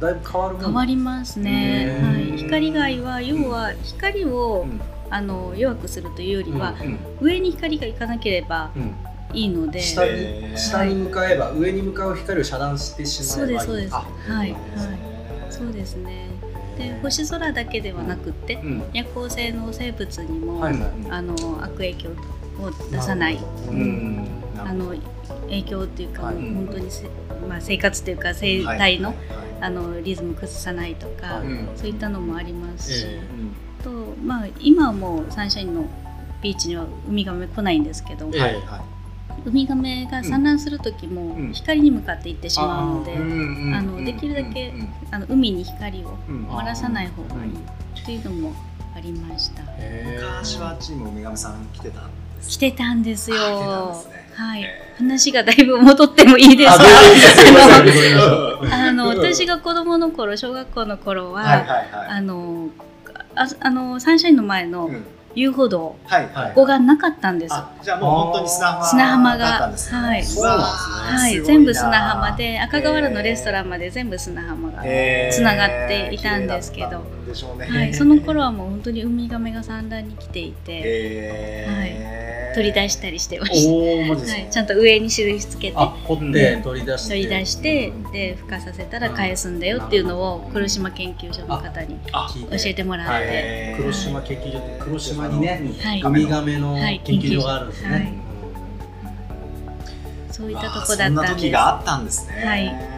S2: だいぶ変わるもん
S4: 変わりますね。
S2: うん
S4: はい、光害は要は光を、
S3: うん
S4: あの弱くするというよりは、
S3: うん
S4: 上に光が行かなければ
S2: うん
S4: いいので、
S2: 下
S3: え
S2: に
S3: ー
S2: 下に向かえば上に向かう光を遮断してしまえばいい
S4: そうです
S2: あ
S4: はい
S2: なるほどね
S4: そうですね。で星空だけではなくって、
S3: うん
S4: 夜行性の生物にも、
S2: はいはい
S3: うん
S4: あの悪影響を出さない
S3: うんなるほ
S4: あ
S3: ど
S4: の影響っていうか、
S2: はい
S4: 本当にせ、まあ、生活というか生態の,、あのリズム崩さないとか、
S2: はい
S3: うん
S4: そういったのもありますし、
S2: え
S3: うん
S4: とまあ、今はもうサンシャインのビーチにはウミガメ来ないんですけど、
S2: え
S3: はいはい
S4: ウミガメが産卵する時も
S3: うん
S4: 光に向かって行ってしまうので、
S3: うん
S4: あのできるだけ
S3: うん
S4: あの海に光を
S3: うん
S4: 漏らさない方がいいっていうのもありました。
S2: へー
S3: 昔はチーム女神さん来てたんです
S4: 来てたんですよ。
S3: あ来てたんですね
S4: はい、
S3: えー
S4: 話がだいぶ戻ってもいいです
S2: あ
S4: か。
S2: 全然いいですよ
S4: あの
S3: うん
S4: 私が子供の頃、小学校の頃は、
S3: はいはいはい
S4: あのああのサンシャインの前の
S3: うん
S4: 遊歩道、
S3: はいはい
S4: ここがなかったんです。は
S3: あじゃあもう本当に砂浜
S4: 砂浜が
S3: だったんですね
S4: はい
S2: そうなん
S4: い、全部砂浜で赤瓦のレストランまで全部砂浜が、つながっていたんですけど
S3: どでしょうね
S4: はい、その頃はもう本当にウミガメが産卵に来ていて、
S3: えー
S4: 取り出したりしてまし
S2: おおマジで
S4: た。
S2: す
S4: は
S2: ね
S4: い、ちゃんと上に印つけて
S2: あ掘って取り出して
S4: 取り出してで孵化させたら返すんだよっていうのを
S3: うん
S4: 黒島研究所の方に
S3: あ
S2: 聞い
S4: 教えてもらって、
S3: えー
S2: 黒島研究所って黒島にね
S4: はい
S2: ウミガメの
S4: はい
S2: 研究所があるんですね、
S4: はいそういったとこだったん
S3: そんな時
S4: です。
S3: が
S4: は
S3: あったんですね。
S4: はい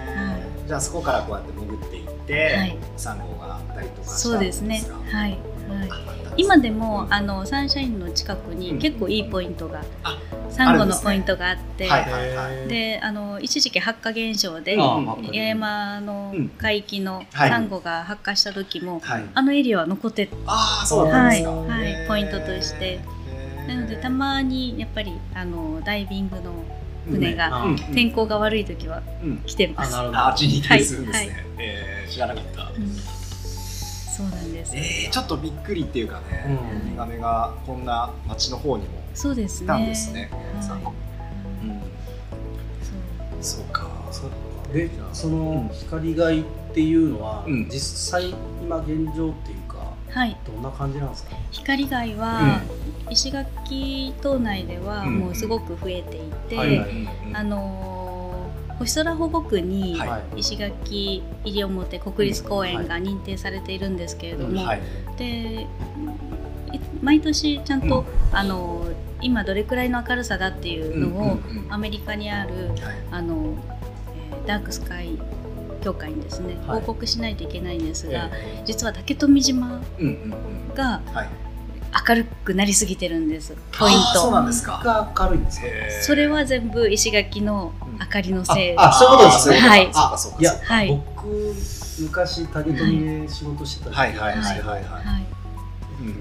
S3: じゃあそこからこうやって潜っていって、
S4: はい
S3: サンゴがあったりとかし
S4: そ
S3: た
S4: うんですね。
S3: が
S4: はい。はい。
S3: あったんですね
S4: 今でも
S3: うん
S4: あのサンシャインの近く
S3: う
S4: に
S3: ん
S4: 結構いいポイントが
S3: あ
S4: サン
S3: ある
S4: ゴ
S3: んで
S4: の
S3: すね
S4: ポイントがあって、
S3: はいはいはい。
S2: へー
S4: であの一時期発火現象で
S2: あ
S4: 八
S2: あ
S3: うん
S2: わかる
S4: 重山の海域の
S3: はい
S4: サンゴが発火した時も、
S3: はい。
S4: あのエリアは残って
S3: ああそうだったんですか。
S4: はいはいポイントとしてなのでたまにやっぱりあのダイビングの船が
S2: うん
S4: 天候が悪い時は
S3: うん
S4: 来てま
S2: あ
S4: す。
S2: なるほど
S3: あっちにいたりするんですね。
S4: は
S3: えー知らなかった。
S4: うんそうなんです。
S3: えー、ちょっとびっくりっていうか
S2: う
S3: ね、ウミ
S2: ん
S3: ガメがこんな町の方にも
S4: そうです
S3: い
S4: ね。
S3: たんですね。
S4: はい。
S3: さん
S4: はい
S3: うん、
S4: そう
S3: そうか。
S2: そっかでそ
S3: うん
S2: の光害っていうのは、
S3: うん
S2: 実際今現状っていうか
S4: はい、
S2: どんな感じなんですか、
S4: 光害は、石垣島内では
S3: うん
S4: もうすごく増えていて、
S2: はいはい
S3: うん
S4: あのー星空保護区に
S3: はい
S4: 石垣西表国立公園が認定されているんですけれど
S2: うん
S4: も、
S3: はい。
S4: でい毎年ちゃんと、あの今どれくらいの明るさだっていうのを、
S3: うんうんうん
S4: アメリカにある
S3: はい
S4: あの、えーダークスカイ協会にですね
S2: はい
S4: 報告しないといけないんですが、
S2: え
S4: 実は竹富島
S3: うんうんうん
S4: が
S3: はい。
S4: 明るくなりすぎてるんですポイン
S3: あーそう
S4: ト
S3: なんですか。
S2: が明るいんですか
S3: へー
S4: それは全部石垣の明かりのせい
S2: あそういうことですね
S3: あー
S4: はい
S3: そうかそうかそうか
S2: いや
S4: はい
S2: 僕昔竹富で仕事してた
S3: はいは
S2: い
S3: いはいはいはい。
S4: はい
S3: うん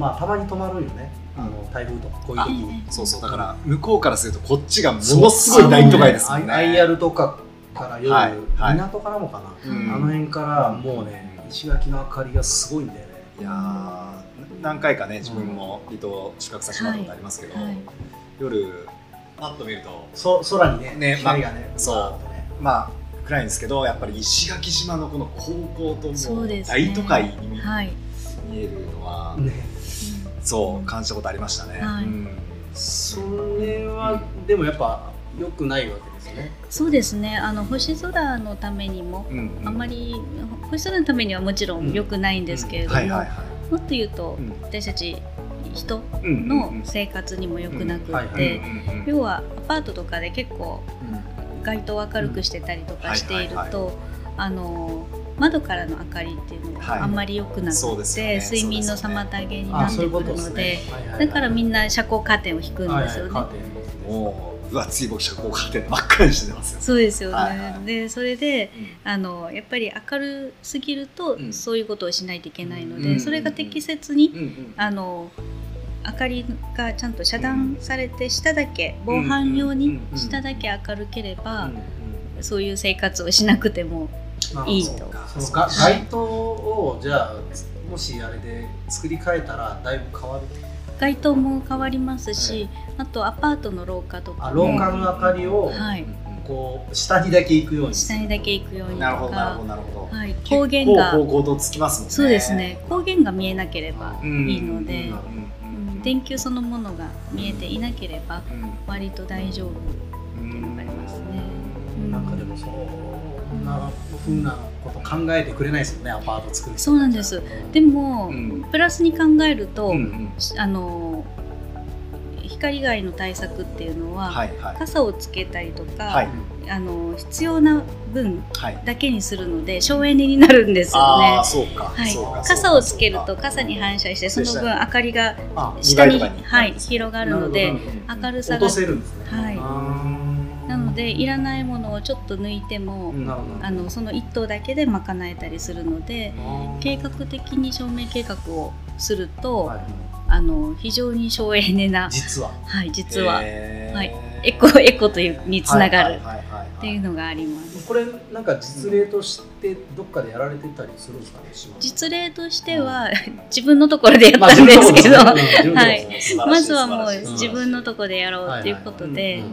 S2: まあたまに泊まるよねあの台風とかこういう時に
S3: そうそうだから向こうからするとこっちがものすごい大都会ですもんね。
S2: あの IR とかから夜、
S3: はいはい
S2: 港からもかな、
S3: うん
S2: あの辺からもうね石垣の明かりがすごいんだよね
S3: いやーな何回かね自分も離島宿泊させてもらったことありますけど、
S4: はい
S3: 夜パッと見ると
S2: そ空にね
S3: ね
S2: 光がね、
S3: そう
S2: バーッとね
S3: まあ暗いんですけどやっぱり石垣島のこの高校とも
S4: そう
S3: う
S4: ですね
S3: 大都会に見,、
S4: はい
S3: えるのは、
S2: ね
S3: そう感じたことありましたね。
S4: はい
S3: うん
S2: それはでもやっぱ良くないわけですね
S4: そうですねあの星空のためにも
S3: うんうん
S4: あんまり星空のためにはもちろん良くないんですけれども、
S3: はいはいはい。
S4: もっと言うと
S3: うん
S4: 私たち人
S3: うん
S4: の生活にも良くなく
S2: うんはい
S4: っ
S2: はい
S4: て
S3: うんうんうん
S4: 要はアパートとかで結構街灯を明るくしてたりと
S3: うん
S4: かしている
S3: はいはい
S4: とあの窓からの明かりっていうの
S3: はい
S4: があんまり良くなく
S3: そうで
S4: っ
S3: すよね
S4: て睡眠の
S3: そうですよね
S4: 妨げに
S2: あ
S4: な
S2: あ
S4: って
S2: そ
S4: く
S2: ういう
S4: る
S2: ことで
S4: の
S2: すね
S4: で
S2: はいはいはい
S4: だからみんな遮光カーテンを引くんですよ
S2: はい
S4: ね
S2: はい。
S3: もう分厚い僕遮光カーテン真っ赤にしてますよ。
S4: そうですよね、
S3: はいはい
S4: でそれで
S3: うん
S4: あのやっぱり明るすぎると、
S3: うん
S4: そういうことをしないといけないの
S3: う
S4: で、
S3: ん
S4: それが適切に、
S3: うんうん
S4: あの明かりがちゃんと遮断されて下だけ防犯用
S3: うん
S4: に
S3: うんうん
S4: 下だけ明るければ、
S3: うんうん
S4: そういう生活をしなくても
S2: まあ
S4: いいと
S2: そうかそのが街灯をじゃあもしあれで作り変えたらだいぶ変わる
S4: 街灯も変わりますし、あとアパートの廊下と
S2: あ
S4: か
S2: 廊
S4: も
S2: 下の明かりを
S4: はい
S2: こう下にだけ行くように
S4: 下にだけ行くようにと
S3: なるほどなる
S4: か
S3: ほど、なるほど。
S4: はい、光源が
S3: 結構高校とつきますもんね。
S4: そうですね光源が見えなければ
S3: うん。
S4: いいので。
S3: うん
S4: うん電球そのものが見えていなければ割と大丈夫
S3: うん
S4: っていうのがありますね。うん
S2: なんかでもそんなふうなこと考えてくれないですよねアパート作る人
S4: そうなんですでも、
S3: うん
S4: プラスに考えると、
S3: うんうん
S4: あの光害の対策っていうのは、
S3: はいはい
S4: 傘をつけたりとか、
S3: はい
S4: あの必要な分
S3: はい。
S4: だけにするので省エネになるんですよね
S3: ああ。そうか。
S4: はい
S3: そうか、
S4: 傘をつけると傘に反射してその分明かりが
S3: あ
S4: 下に
S3: 二階とか
S4: はい、広がるので
S2: なるほ
S4: 明るさ
S2: 落
S4: が
S2: とせるんですね
S4: はいなのでいらないものをちょっと抜いても、
S3: うん
S2: なるほど
S4: あのその1頭だけで賄えたりするので計画的に照明計画をすると、
S2: はい
S4: あの非常に省エネな、
S2: 実は
S4: はい、実は、
S3: へー
S4: はいエコ *laughs* エコというにつな
S3: はい
S4: がる
S3: はいはいはい
S4: っていうのがあります。
S2: これなんか実例としてどっかでやられてたりするんですかね島
S4: 実例としては
S3: うん
S4: *laughs* 自分のところでやっ
S2: まあ
S4: たんですけど、
S2: 自分のことですねうん自分のことですね
S3: 素晴らしい
S4: まずはも
S3: 素晴らし
S4: う
S3: い
S4: 自分のとこでやろうということ
S2: はい
S4: で
S2: はいはい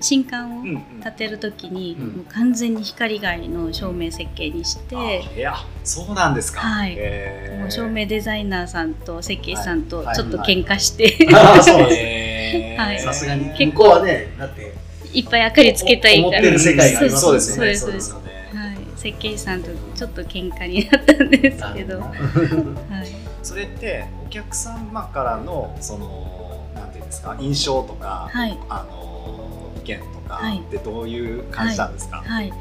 S4: 新刊を
S3: うんうん
S4: 立てる時に
S2: うん
S4: もう完全に光外の照明設計にして
S3: あいやそうなんですか
S4: はい
S3: へー
S4: もう照明デザイナーさんと設計士さんと
S3: はい
S4: ちょっと喧嘩して
S2: ああそうね
S3: へー
S4: *laughs* はい
S2: さすがに
S4: 結
S2: 向
S4: 構
S2: こうはねだって
S4: いっぱい明かりつけたい
S2: 思っ
S4: か
S2: て
S4: ら
S2: る世界があります
S3: そうですよね
S4: そうです
S3: そうですよね
S4: はい、設計士さんとちょっと喧嘩になったんですけど、は
S2: あ
S4: い、
S3: それってお客様からのそのなんていうんですか印象とか、
S4: はい、
S3: あの意見とか
S4: はい
S3: ってどういう感じなんですか、
S4: はい、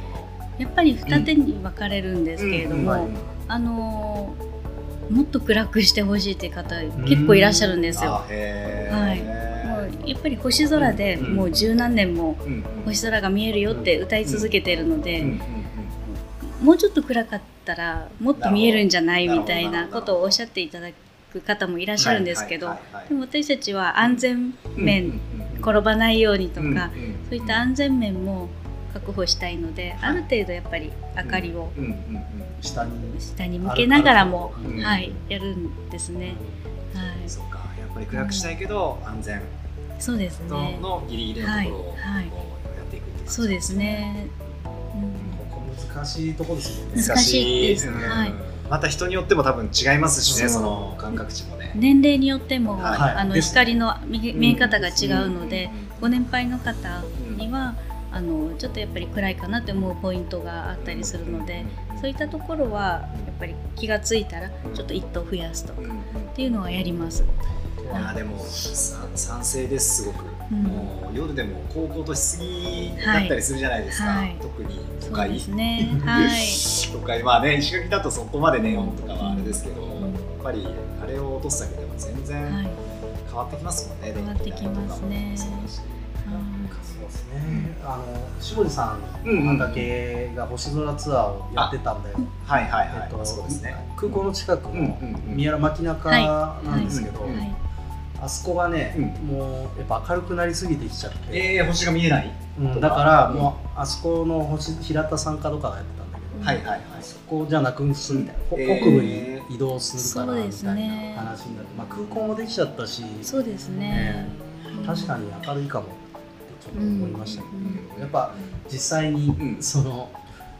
S4: やっぱり二手に分かれるんですけれども、
S3: うん
S4: あのーもっと暗くしてほしいっていう方結構いらっしゃるんですよ。
S3: あへ
S4: も
S3: ー
S4: うやっぱり星空で
S3: うん
S4: もう十何年も
S3: うんうん
S4: 星空が見えるよって歌い続けてるの
S3: うんう
S4: で、
S3: ん
S4: もうちょっと暗かったらもっと見えるんじゃない
S3: なる
S4: み
S3: ほど
S4: たいなことをおっしゃっていただく方もいらっしゃるんですけど、
S3: はいはいはい
S4: でも私たちは安全面、
S3: れ
S4: 転ばないようにとか、そういった
S3: 安
S4: 安全面も確保したいので、ある程度やっぱり明かりを
S2: 下に
S4: 下に向けながらも、
S2: うん
S3: うん
S4: はい、やるんですね。はい、
S3: そうかやっぱり暗くしたいけど、安全
S4: そうです
S3: と
S4: ね。
S3: のギリギリのところを、
S4: はいはい
S3: こうやっていくってい感じ
S4: そうですね。うん
S2: ここ難しいとこですよね
S4: 難しいです
S3: 難し
S4: は
S3: う
S4: い
S3: んまた人によっても多分違いますしね
S2: そう
S3: その感覚値もね
S4: 年齢によっても、
S3: はい
S4: あの
S2: です
S4: 光の見え見え方が違うので、ご年配の方
S3: うん
S4: にはあのちょっとやっぱり暗いかなって思うポイントがあったりするので、そういったところはやっぱり気がついたらちょっと一頭増やすとか
S3: うんうん
S4: っていうのはやります。
S3: いやーでもさ賛成ですすごく、
S4: うん
S3: もう夜でも高校としすぎだったりするじゃないですか、
S4: はいはい
S3: 特に都
S4: そう
S3: 会 *laughs*
S4: ですね。はい。
S3: 都会まあね石垣だとそこまでネオンとかはあれですけど、
S4: ん
S3: まぱりあれを落とすだけでも全
S4: は
S3: 然
S4: い、
S3: 変わってきますもんね、
S4: 変わってき
S3: 電
S4: ますね
S3: 気代とかもそ
S2: そう
S3: うだし
S4: うん
S2: ですね。あの下地さ
S3: うんうん
S2: んの畑が星空ツアーをやってたんだよ。
S3: はいはいはい、
S2: えっと
S3: そうですね、
S2: 空港の近く
S3: うん
S2: の
S3: うんうん
S2: 宮原牧中なんですけど、
S3: はい
S4: はい、
S2: あそこがね、
S3: う
S2: もうやっぱ明るくなりすぎてきちゃって、
S3: えー、星が見えない、
S2: うんだからもうあそこの星平田さんかどうかがやってたんだけど、
S3: はいはいはい
S2: そこじゃなくすみたいな、ほ
S3: えー
S2: 北部に移動するか
S4: そ
S2: ら
S4: う
S2: み
S4: ですね
S2: たいな話になって、まあ、空港もできちゃったし、
S4: そうですね。うん
S2: 確かに明るいかもってちょっと思いましたけど、
S4: うん
S2: やっぱ実際に、
S3: うん
S2: その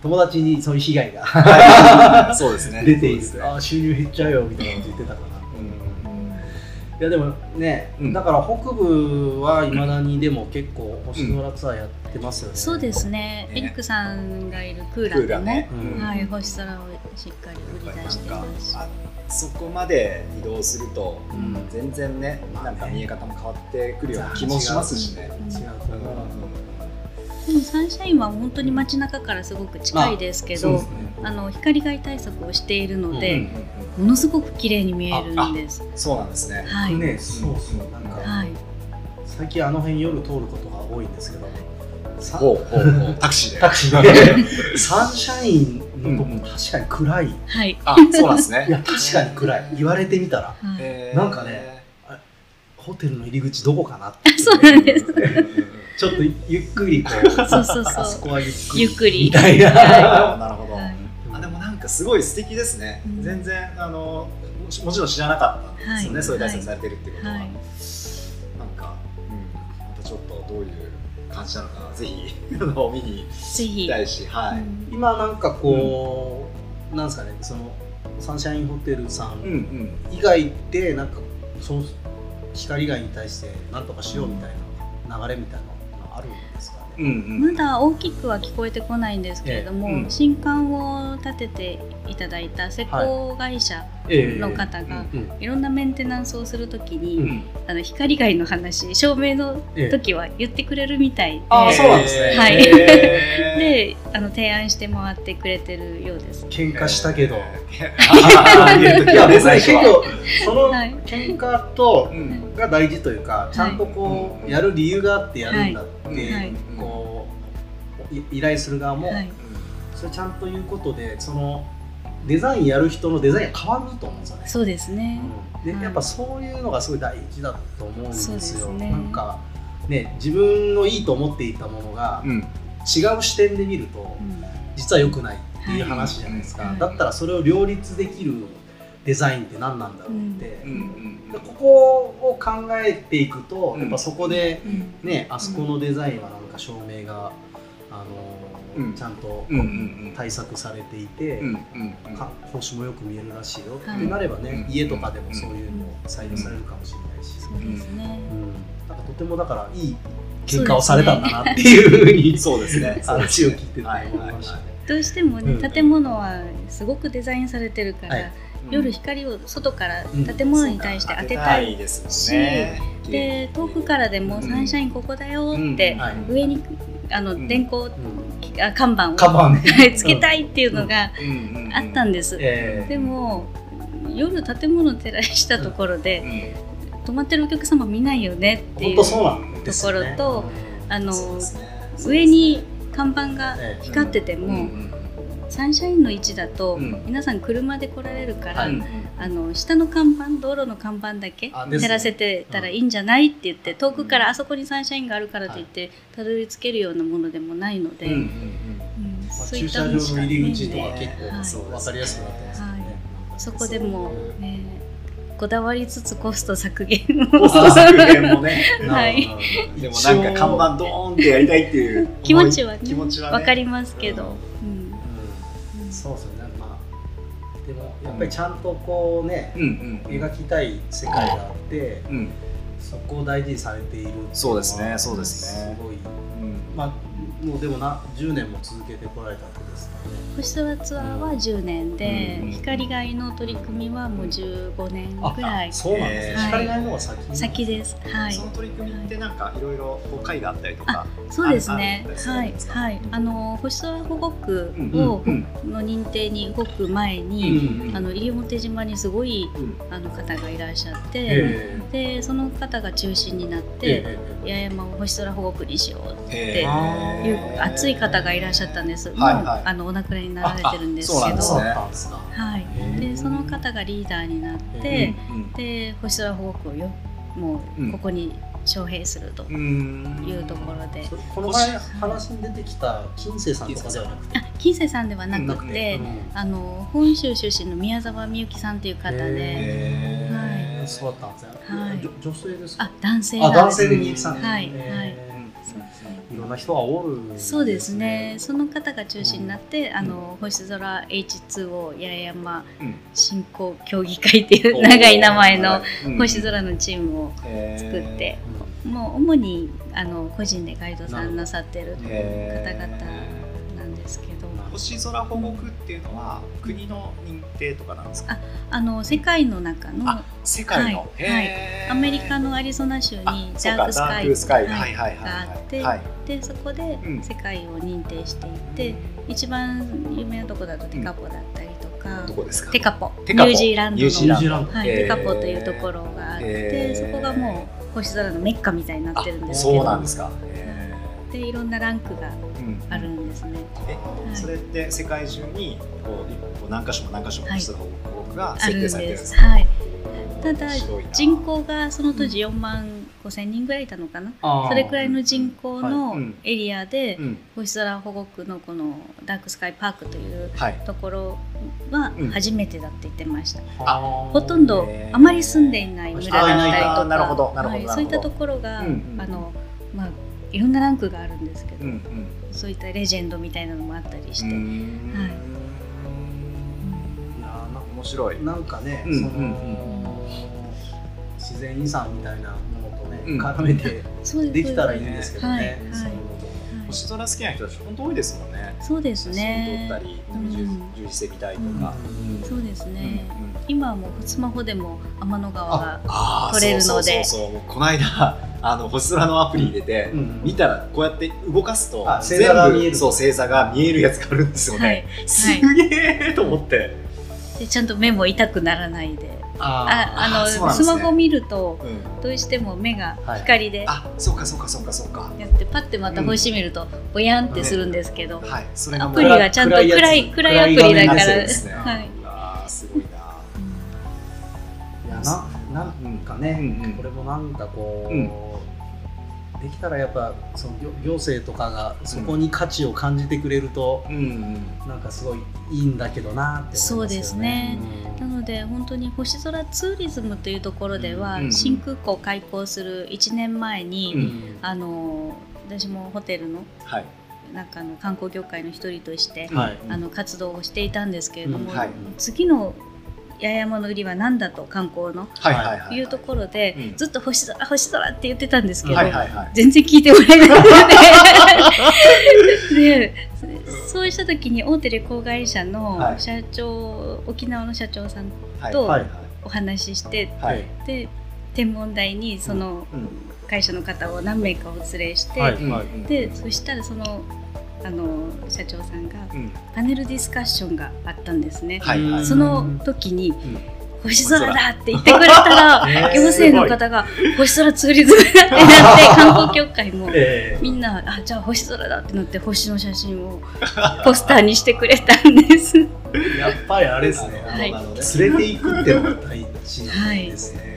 S2: 友達にそういう被害が *laughs*
S3: はいそうですね
S2: 出てい
S3: そうです
S2: る、
S3: ね
S2: ああ収入減っちゃうよみたいなこと言ってたから。
S3: うん
S2: いやでもね、
S3: うん
S2: だから北部はいまだにでも結構星空ツアーやってますよね、
S4: そうですね
S3: ね。
S4: エリックさんがいるク
S3: ク
S4: ーラー
S3: ーラ
S4: で
S3: ー
S4: ね
S3: ね、、
S2: うん
S4: はい、星空をしっかり売
S3: やっぱ
S4: り
S3: り
S4: 出して
S3: なんか
S4: ます。
S3: あそこまで移動すると
S2: うん
S3: 全然ね、
S2: まあね
S3: なんか見え方も変わってくるような気もしますしね。
S2: 違うと
S3: うん
S2: 思う
S4: でもサンシャインは本当に街中からすごく近いですけ
S2: そうで
S4: ど
S2: す、ね
S4: あの光害対策をしているの
S3: うんう
S4: で、
S3: ん
S4: ものすごく綺麗に見えるんです。
S3: そうなんですね。
S4: はい、
S2: ねそうそうなんか
S4: はい、
S2: 最近あの辺夜通ることが多いんですけどさ
S3: ほうほうほう *laughs* タクシーで。
S2: タクシーでサンシャインのとこ
S3: うん
S2: 確かに暗い、い
S4: はい、
S3: あ、そうなんですね。
S2: や確かに暗い言われてみたら
S4: はい
S3: え
S2: なんかね。ホテルの入り口どこかなって
S4: *laughs* そうなんです。
S2: *laughs* ちょっとゆっくりこう
S4: そうそうそ
S2: あそこ
S4: う。
S2: はゆっくり
S4: ゆっくり
S2: みたい
S3: あー
S2: な
S3: なるほど。
S4: はい
S3: あ、でもなんかすごい素敵ですね
S4: う。ん
S3: 全然あのもしもちろん知らなかったんですよ
S4: は
S3: ね。
S4: い
S3: そういう対策されてるってことは。
S4: は
S3: ないんかうんまたちょっとどういう感じなのかぜひあの見に
S4: ぜ
S3: 行き
S4: ひ
S3: た。いし、はい。
S2: 今なんかこう、なんですかねそのサンシャインホテルさ
S3: うんうんん。
S2: 以外でなんかその光以外に対して何とかしようみたいな流れみたいなのがあるんですか
S3: う
S2: ね。
S3: んうん。
S4: まだ大きくは聞こえてこないんですけれども、
S3: ええうん
S4: 新刊を立てていただいた施工会社の方が、
S2: ええうん
S4: いろんなメンテナンスをするときに、
S2: うん
S4: あの光以外の話照明の
S2: ええ
S4: 時は言ってくれるみたいで、
S3: あーそうなんですね。
S4: はい
S3: へ
S4: *laughs* であの提案して回ってくれてるようです。
S2: 喧
S3: ー
S2: 嘩したけど、
S3: あ
S4: *laughs*
S3: ー言うと
S2: い
S3: きは
S2: や
S3: ね
S2: 別
S3: 最
S2: に
S3: 初
S2: 結
S3: は
S2: 構その
S4: はい
S2: 喧嘩と
S3: うん
S2: が大事というかちゃんとこ
S3: は
S2: う
S3: い
S2: やる理由があってやるんだって、
S4: はい
S2: こうい依頼する側も、
S4: はい、
S2: それちゃんと言うことでそのデザインやる人のデザインが変わると思うんですよね。
S4: そうですね。
S2: で
S4: はい
S2: やっぱそういうのがすごい大事だと思うんです
S4: そ
S2: よ
S4: うですね
S2: なんかね自分のいいと思っていたものが
S3: うん
S2: 違う視点で見ると
S4: うん
S2: 実は良くないっていう話じゃないですか、
S4: はい
S2: だったらそれを両立できるデザインって何なんだろうって、
S3: うんうん
S2: でここを考えていくと、
S3: うん
S2: やっぱそこで
S4: うん
S2: ねあそこのデザインはなんか照明が、あのー
S3: うん
S2: ちゃんと
S3: うんうんうん
S2: 対策されていて、
S3: うんうんうん
S2: か星もよく見えるらしいよ、
S4: はい
S2: ってなればね、
S3: うん
S2: 家とかでもそういうのを採用されるかもしれないし、
S4: そうですね。
S2: うんなんかとてもだからいい喧嘩をされたんだなっていうふうに
S3: そうで
S2: *laughs*
S3: すね。
S2: 話を聞いてて
S3: はい
S2: 思いましたね。
S4: どうしてもね、
S2: うん
S4: 建物はすごくデザインされてるから、
S2: はい
S4: 夜光を外から
S2: うん
S4: 建物に対して当てたい、
S3: ですもんね。
S4: で遠くからでも「サンシャインここだよ」って
S2: はい
S4: 上にあの
S3: ん
S4: 電光
S2: うん
S4: あ看板を
S2: カバンね、
S4: *laughs* つけたいっていうのがあったん
S3: で
S4: です。
S2: えー
S4: でも夜建物を照らしたところで泊まってるお客様見ないよねって
S2: 本
S4: いう
S2: 当そうなんですよね
S4: ところとあの
S3: すね
S4: 上に看板が
S2: ええ
S4: 光ってて
S3: うんうん
S4: もサンシャインの位置だと
S3: うん
S4: 皆さん車で来られるか
S2: は
S4: ら
S2: い
S4: あの下の看板道路の看板だけ
S2: あですね
S4: 照らせてたらいいんじゃないって言って遠くからあそこにサンシャインがあるからといってたどり着けるようなものでもないので、
S3: うんうん
S4: うん
S2: まあ
S4: そうい
S2: 駐
S4: った
S2: 車場
S4: もの
S2: の
S4: しか
S2: 入り口とか
S4: ね
S2: 結
S4: はい
S2: 構そう分かりやすくなってますよね。
S4: そこでも、
S2: う
S4: えーこだわりつつコスト削減
S3: うん
S4: を
S3: コスト削減もね。
S4: んはい
S2: なるほど
S3: *laughs* でもなんか看板ドーンってやりたいっていう思い
S4: *laughs* 気持ちはね
S3: 気持ちはね
S4: わかりますけど、うん
S2: うんそうですよね。まあでもやっぱりちゃんとこうね
S3: う、んうん
S2: 描きたい世界があって、
S3: うん
S2: そこを大事にされているっていのは
S3: そうですねそうですね
S2: すごい、
S3: うん
S2: まあ、もうでもな10年も続けてこられたわけですからね
S4: 星空ツアーは10年で、
S3: うん
S4: 光がいの取り組みはもう15年ぐらい
S2: そうなんですね、
S3: はい
S2: 光がいの方が先
S4: 先です。はい
S3: そ。の取り組みってなんかいろいろこう会があったりとか、
S4: そうですね
S3: ああ。そうな
S4: は
S3: ん
S4: い
S3: ですか
S4: はい。あの星空保護区
S3: うん
S4: を
S3: うん
S4: の認定に動く前
S3: う
S4: に、
S3: んうん
S4: あの西表島にすごい
S3: うん
S4: あの方がいらっしゃっ
S2: え
S4: て、
S2: え
S4: でその方が中心になっ
S2: え
S4: て。
S2: え
S4: 八重山を星空保護区にしよう
S3: へー
S4: っていう熱い方がいらっしゃったんです。もう、
S3: はいはい
S4: あのお亡くなりになられてるんです
S3: ああ
S4: け
S3: そうなん
S4: ど、
S3: です
S2: そう
S3: ね
S2: だったんですか
S4: はい。でその方がリーダーになって、
S3: うん
S4: で星空保護区をよも
S3: う
S4: うんここに招聘すると
S3: うんうん
S4: いうところで、
S2: それこの前話に出てきた金星さんとかではなくて、
S4: 金星さんではな
S3: な
S4: く
S3: く
S4: て、
S3: て
S2: うん
S4: あの本州出身の宮沢みゆきさんという方で、
S3: へー
S2: そうだったんですね、
S4: はい
S2: じょ女性ですか
S4: あ男性
S2: あ
S4: なん
S2: 男
S4: です。
S2: 性でみゆきさん、
S4: はい
S2: えー
S4: はい
S2: いろんな人がおるん
S4: そうですね。その方が中心になって、あの星空 H2O 八重山
S3: うん
S4: 振興協議会っていう長い名前の
S3: うん
S4: 星空のチームを作って、もう主にあの個人でガイドさんなさってる
S3: へ
S4: 方
S3: ー
S4: 々なんですけど、
S3: 星空保護区っていうのは国の認定とかなんですか
S4: あの世界の中の
S3: あ世界の、
S4: はい
S3: へー
S4: アメリカのアリゾナ州に
S3: あそう
S4: ダ
S3: か
S4: ークスカ
S3: ダ
S4: イ
S3: ークスカイ
S4: はい
S3: はいはいはい
S4: があって、
S3: はい
S4: でそこで
S3: うん
S4: 世界を認定していって、一番有名なとこだとテカポだったりとか、
S3: どこですか
S4: テカポ
S3: テカポ
S4: ニュージーランド
S3: ニュージー
S4: の
S3: ラ
S2: ニュージーランド、
S4: はい、
S3: へー
S4: テカポというところがあって
S3: へー
S4: そこがもう星空のメッカみたいになってるんですけ
S3: そうな
S4: ど
S3: んですかへ
S4: でいろんなランクが
S3: ーうん
S4: あるんですね。
S3: えそれって世界中にこうこう何箇所も何箇所も
S4: はい
S3: 星空保護区が
S4: あ
S3: 設
S4: るん
S3: 定されてるん
S4: で
S3: です
S4: す。
S3: か
S4: はい、ただ
S3: 白いな
S4: 人口がその当時4万5千人ぐらいいたのかな、それくらいの人口の
S3: はいうん
S4: エリアで
S3: うん
S4: 星空保護区のこのダークスカイパークという
S3: はい
S4: ところは
S3: うん
S4: 初めてだって言ってました、
S2: あ
S4: ほとん
S2: ど
S4: ど
S3: へー
S4: あまり住んでいない村だったりと
S3: あー
S4: か
S3: なるほどなるほど
S4: はい
S3: なるほど
S4: そういったところが、
S3: うんうん
S4: あのまあいろんなランクがあるんですけど、
S3: うんうん
S4: そういったレジェンドみたいなのもあったりして、
S3: うん
S4: はい
S3: 面白い
S2: なんかね、
S3: うん
S2: その、
S3: うん
S2: 自然遺産みたいなものとね、
S3: うん
S2: 絡めて
S4: そうです
S2: できたらいいんですけどね。
S4: はいはいはい
S3: 星空好きな人たち本当多いですもんね
S4: そうです
S3: 写真
S4: ね
S3: 撮ったり十字線見たりとかうん
S4: そうです
S3: う
S4: ね、
S3: んうん
S4: 今はもうスマホでも天の川が
S3: あー
S4: 撮れるので
S3: そうそうそうそうこの間 *laughs* あの星空のアプリ入れて、
S2: うん
S3: 見たらこうやって動かすと
S2: あ星座が見える
S3: 全部そう星座が見えるやつがあるんですよね、
S4: はい
S3: すげえと思って、
S4: でちゃんと目も痛くならないであ
S2: あ
S4: あの
S3: あそうなん
S4: ス
S3: ですね
S4: マホ見ると
S3: うん、
S4: どうしても目が光で
S3: あそうかそうかそうかそうか
S4: やってパッてまた星見るとぼやんってするんですけど、
S3: はいそれが
S4: ア
S3: もう
S4: プリがちゃんと暗い暗い
S2: 暗い
S4: ア
S2: やつ
S4: プリだ
S2: 暗い画面に
S4: から
S2: なってるん
S3: で、すね
S4: はい、
S3: あーすごいな
S2: ーいやななんかね、
S3: うんうん
S2: これもなんかこう、
S3: うん
S2: できたらやっぱその行行政とかがそこに価値を感じてくれると、
S3: うんうん
S2: なんかすごいいいんだけどなって思いますよね。
S4: そうですね
S2: うん
S4: なので本当に星空ツーリズムというところでは、
S3: うん
S4: 新空港開港する1年前に、
S3: うん
S4: あの私もホテルの
S3: はい
S4: なんかあの観光業界の一人として、
S2: はい
S4: あの活動をしていたんですけれども、
S3: うんはい
S4: 次の八重山の売りは何だと観光の
S3: はいはいはい
S4: いうところで、
S3: うん
S4: ずっと星空星空って言ってたんですけど、
S3: はいはいはい
S4: 全然聞いてもらえな
S3: *laughs*
S4: くてでそうした時に大手旅行会社
S3: は
S4: の
S3: い
S4: 社長、沖縄の社長さんと
S3: はい
S2: はい
S4: お話しして、
S3: はい
S4: で天文台にその
S3: うん
S4: 会社の方を何名かお連れして、
S2: は
S3: う
S2: い
S3: んうん
S4: でそしたらそのあの社長さんが
S3: うん
S4: パネルディスカッションがあったんですね。
S3: はいはい
S4: その時に、
S3: ん
S4: 星空だって言ってくれたら、 *laughs*
S2: ね
S4: 行政の方が星空ツーリズムだってなって観光協会も
S2: え
S4: みんなあじゃあ星空だってなって星の写真をポスターにしてくれたんです。
S2: ーやっぱりあれですね。
S3: な
S4: は
S3: る
S4: い
S3: ほどね
S2: 連れていくってのが大事なんですね。
S3: ね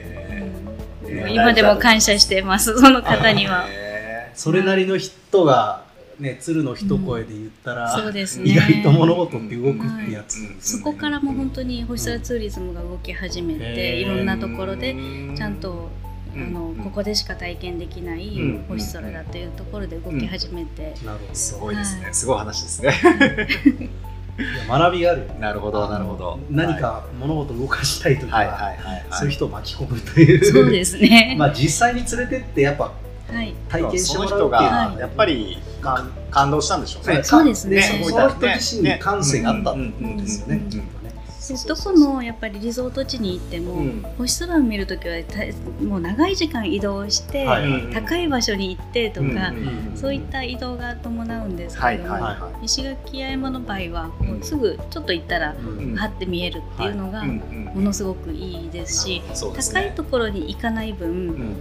S3: え
S4: 今でも感謝してますその方には。
S3: へー
S2: それなりの人が、ね、鶴の一声で言ったら、
S4: そうですね。
S2: 意外と物事って動くってやつ、
S3: うん
S4: そこからもう本当に星空ツーリズムが動き始めて、
S2: うん
S4: いろんなところでちゃんと、
S3: うん
S4: あのここでしか体験できない
S3: うん
S4: 星空だというところで動き始めて、
S2: なるほ
S3: すごいです
S4: は
S3: ね。すごい話ですね。
S2: どいや学びがあるよね
S3: なるほど、なるほど。
S2: 何か物事を動かしたいとか、
S3: はい。はいはいはいはい。
S2: そういう人を巻き込むという
S4: そうです
S3: *laughs*
S4: ね。
S2: まあ実際に連れてってやっぱ
S4: はい、
S2: 体験してもら
S3: そうの人
S2: っていうの
S3: が
S2: は
S3: やっぱり感感動したんでしょうね。
S4: そうですね
S2: その人自身に感性があったんですよね。
S3: うんうんうん
S4: でどこのやっぱりリゾート地に行っても、
S3: うん
S4: 星空を見るときはたもう長い時間移動して、
S2: はい
S4: 高い場所に行ってとか、
S3: うん
S4: そういった移動が伴うんですけども、
S3: はいはい
S2: は
S4: 石垣山の場合は
S3: うん
S4: もうすぐちょっと行ったら、
S3: うん
S4: はって見えるっていうのが
S3: うん
S4: も
S3: うん
S4: のすごくいいですし、
S3: そうです
S4: 高い
S3: ね。
S4: ところに行かない分、
S3: うん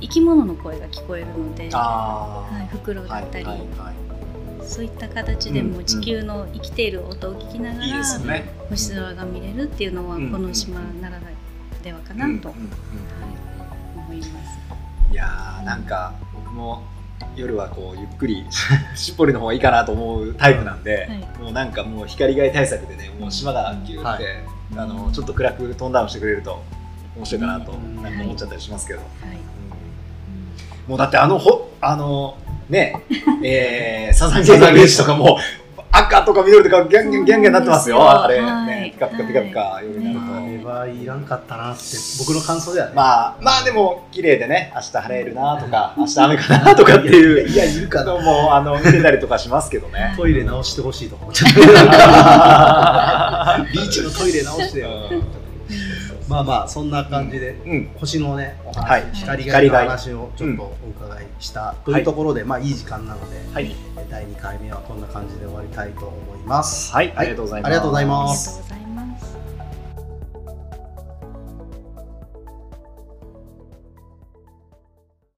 S4: 生き物の声が聞こえるので、は
S3: あ
S4: い、フクロウ
S3: ー
S4: だ
S3: はい
S4: ったり、
S3: はいはい
S4: そういった形で
S3: うんう
S4: も
S3: ん
S4: 地球の生きている音を聞きながら、
S3: いいですよね。
S4: 星空が見れるっていうのは、
S3: うん
S4: この島ならではかなと
S3: うんうん
S4: 思います。
S3: うんいやーなんか僕も夜はこうゆっくり *laughs* しっぽりの方がいいかなと思うタイプなんで、
S4: はい
S3: もうなんかもう光害対策でねもう島がギューって、
S2: は
S3: あのちょっと暗くトーンダウンしてくれると面白いかなと
S2: うん
S3: なんか思っちゃったりしますけど、
S4: はい
S3: うんもうだってあのほあのね
S4: *laughs*
S3: えー、サザンゲービーチとかも赤とか緑とかギャンギャンギャンギャンなってますよ
S4: そう
S3: あ
S4: なんで
S3: れ
S4: すよ
S3: ね、
S4: はい
S3: ピカピカピカピカ夜になると。
S2: あれはいらんかったなって僕の感想ではね。
S3: まあ、まあでも綺麗でね明日晴れるなとか明日雨かなとかっていう
S2: いやいるかな。
S3: のもあの見てたりとかしますけ
S2: *laughs*
S3: どね。 *laughs*
S2: トイレ直してほしいとか思っちゃった。ビーチのトイレ直してよ。まあまあそんな感じで
S3: うん、
S2: 星のねお話、
S3: はい
S2: 光
S3: 光
S2: 害の
S3: 害
S2: 話をちょっとお伺いしたと
S3: はいいう
S2: ところで、まあいい時間なので、
S3: はい、
S2: 第2回目はこんな感じで終わりたいと思います。
S3: はい、ありがとうございます。
S2: ありがとうござい
S4: あり
S2: ま
S4: が
S2: す
S4: とうございます。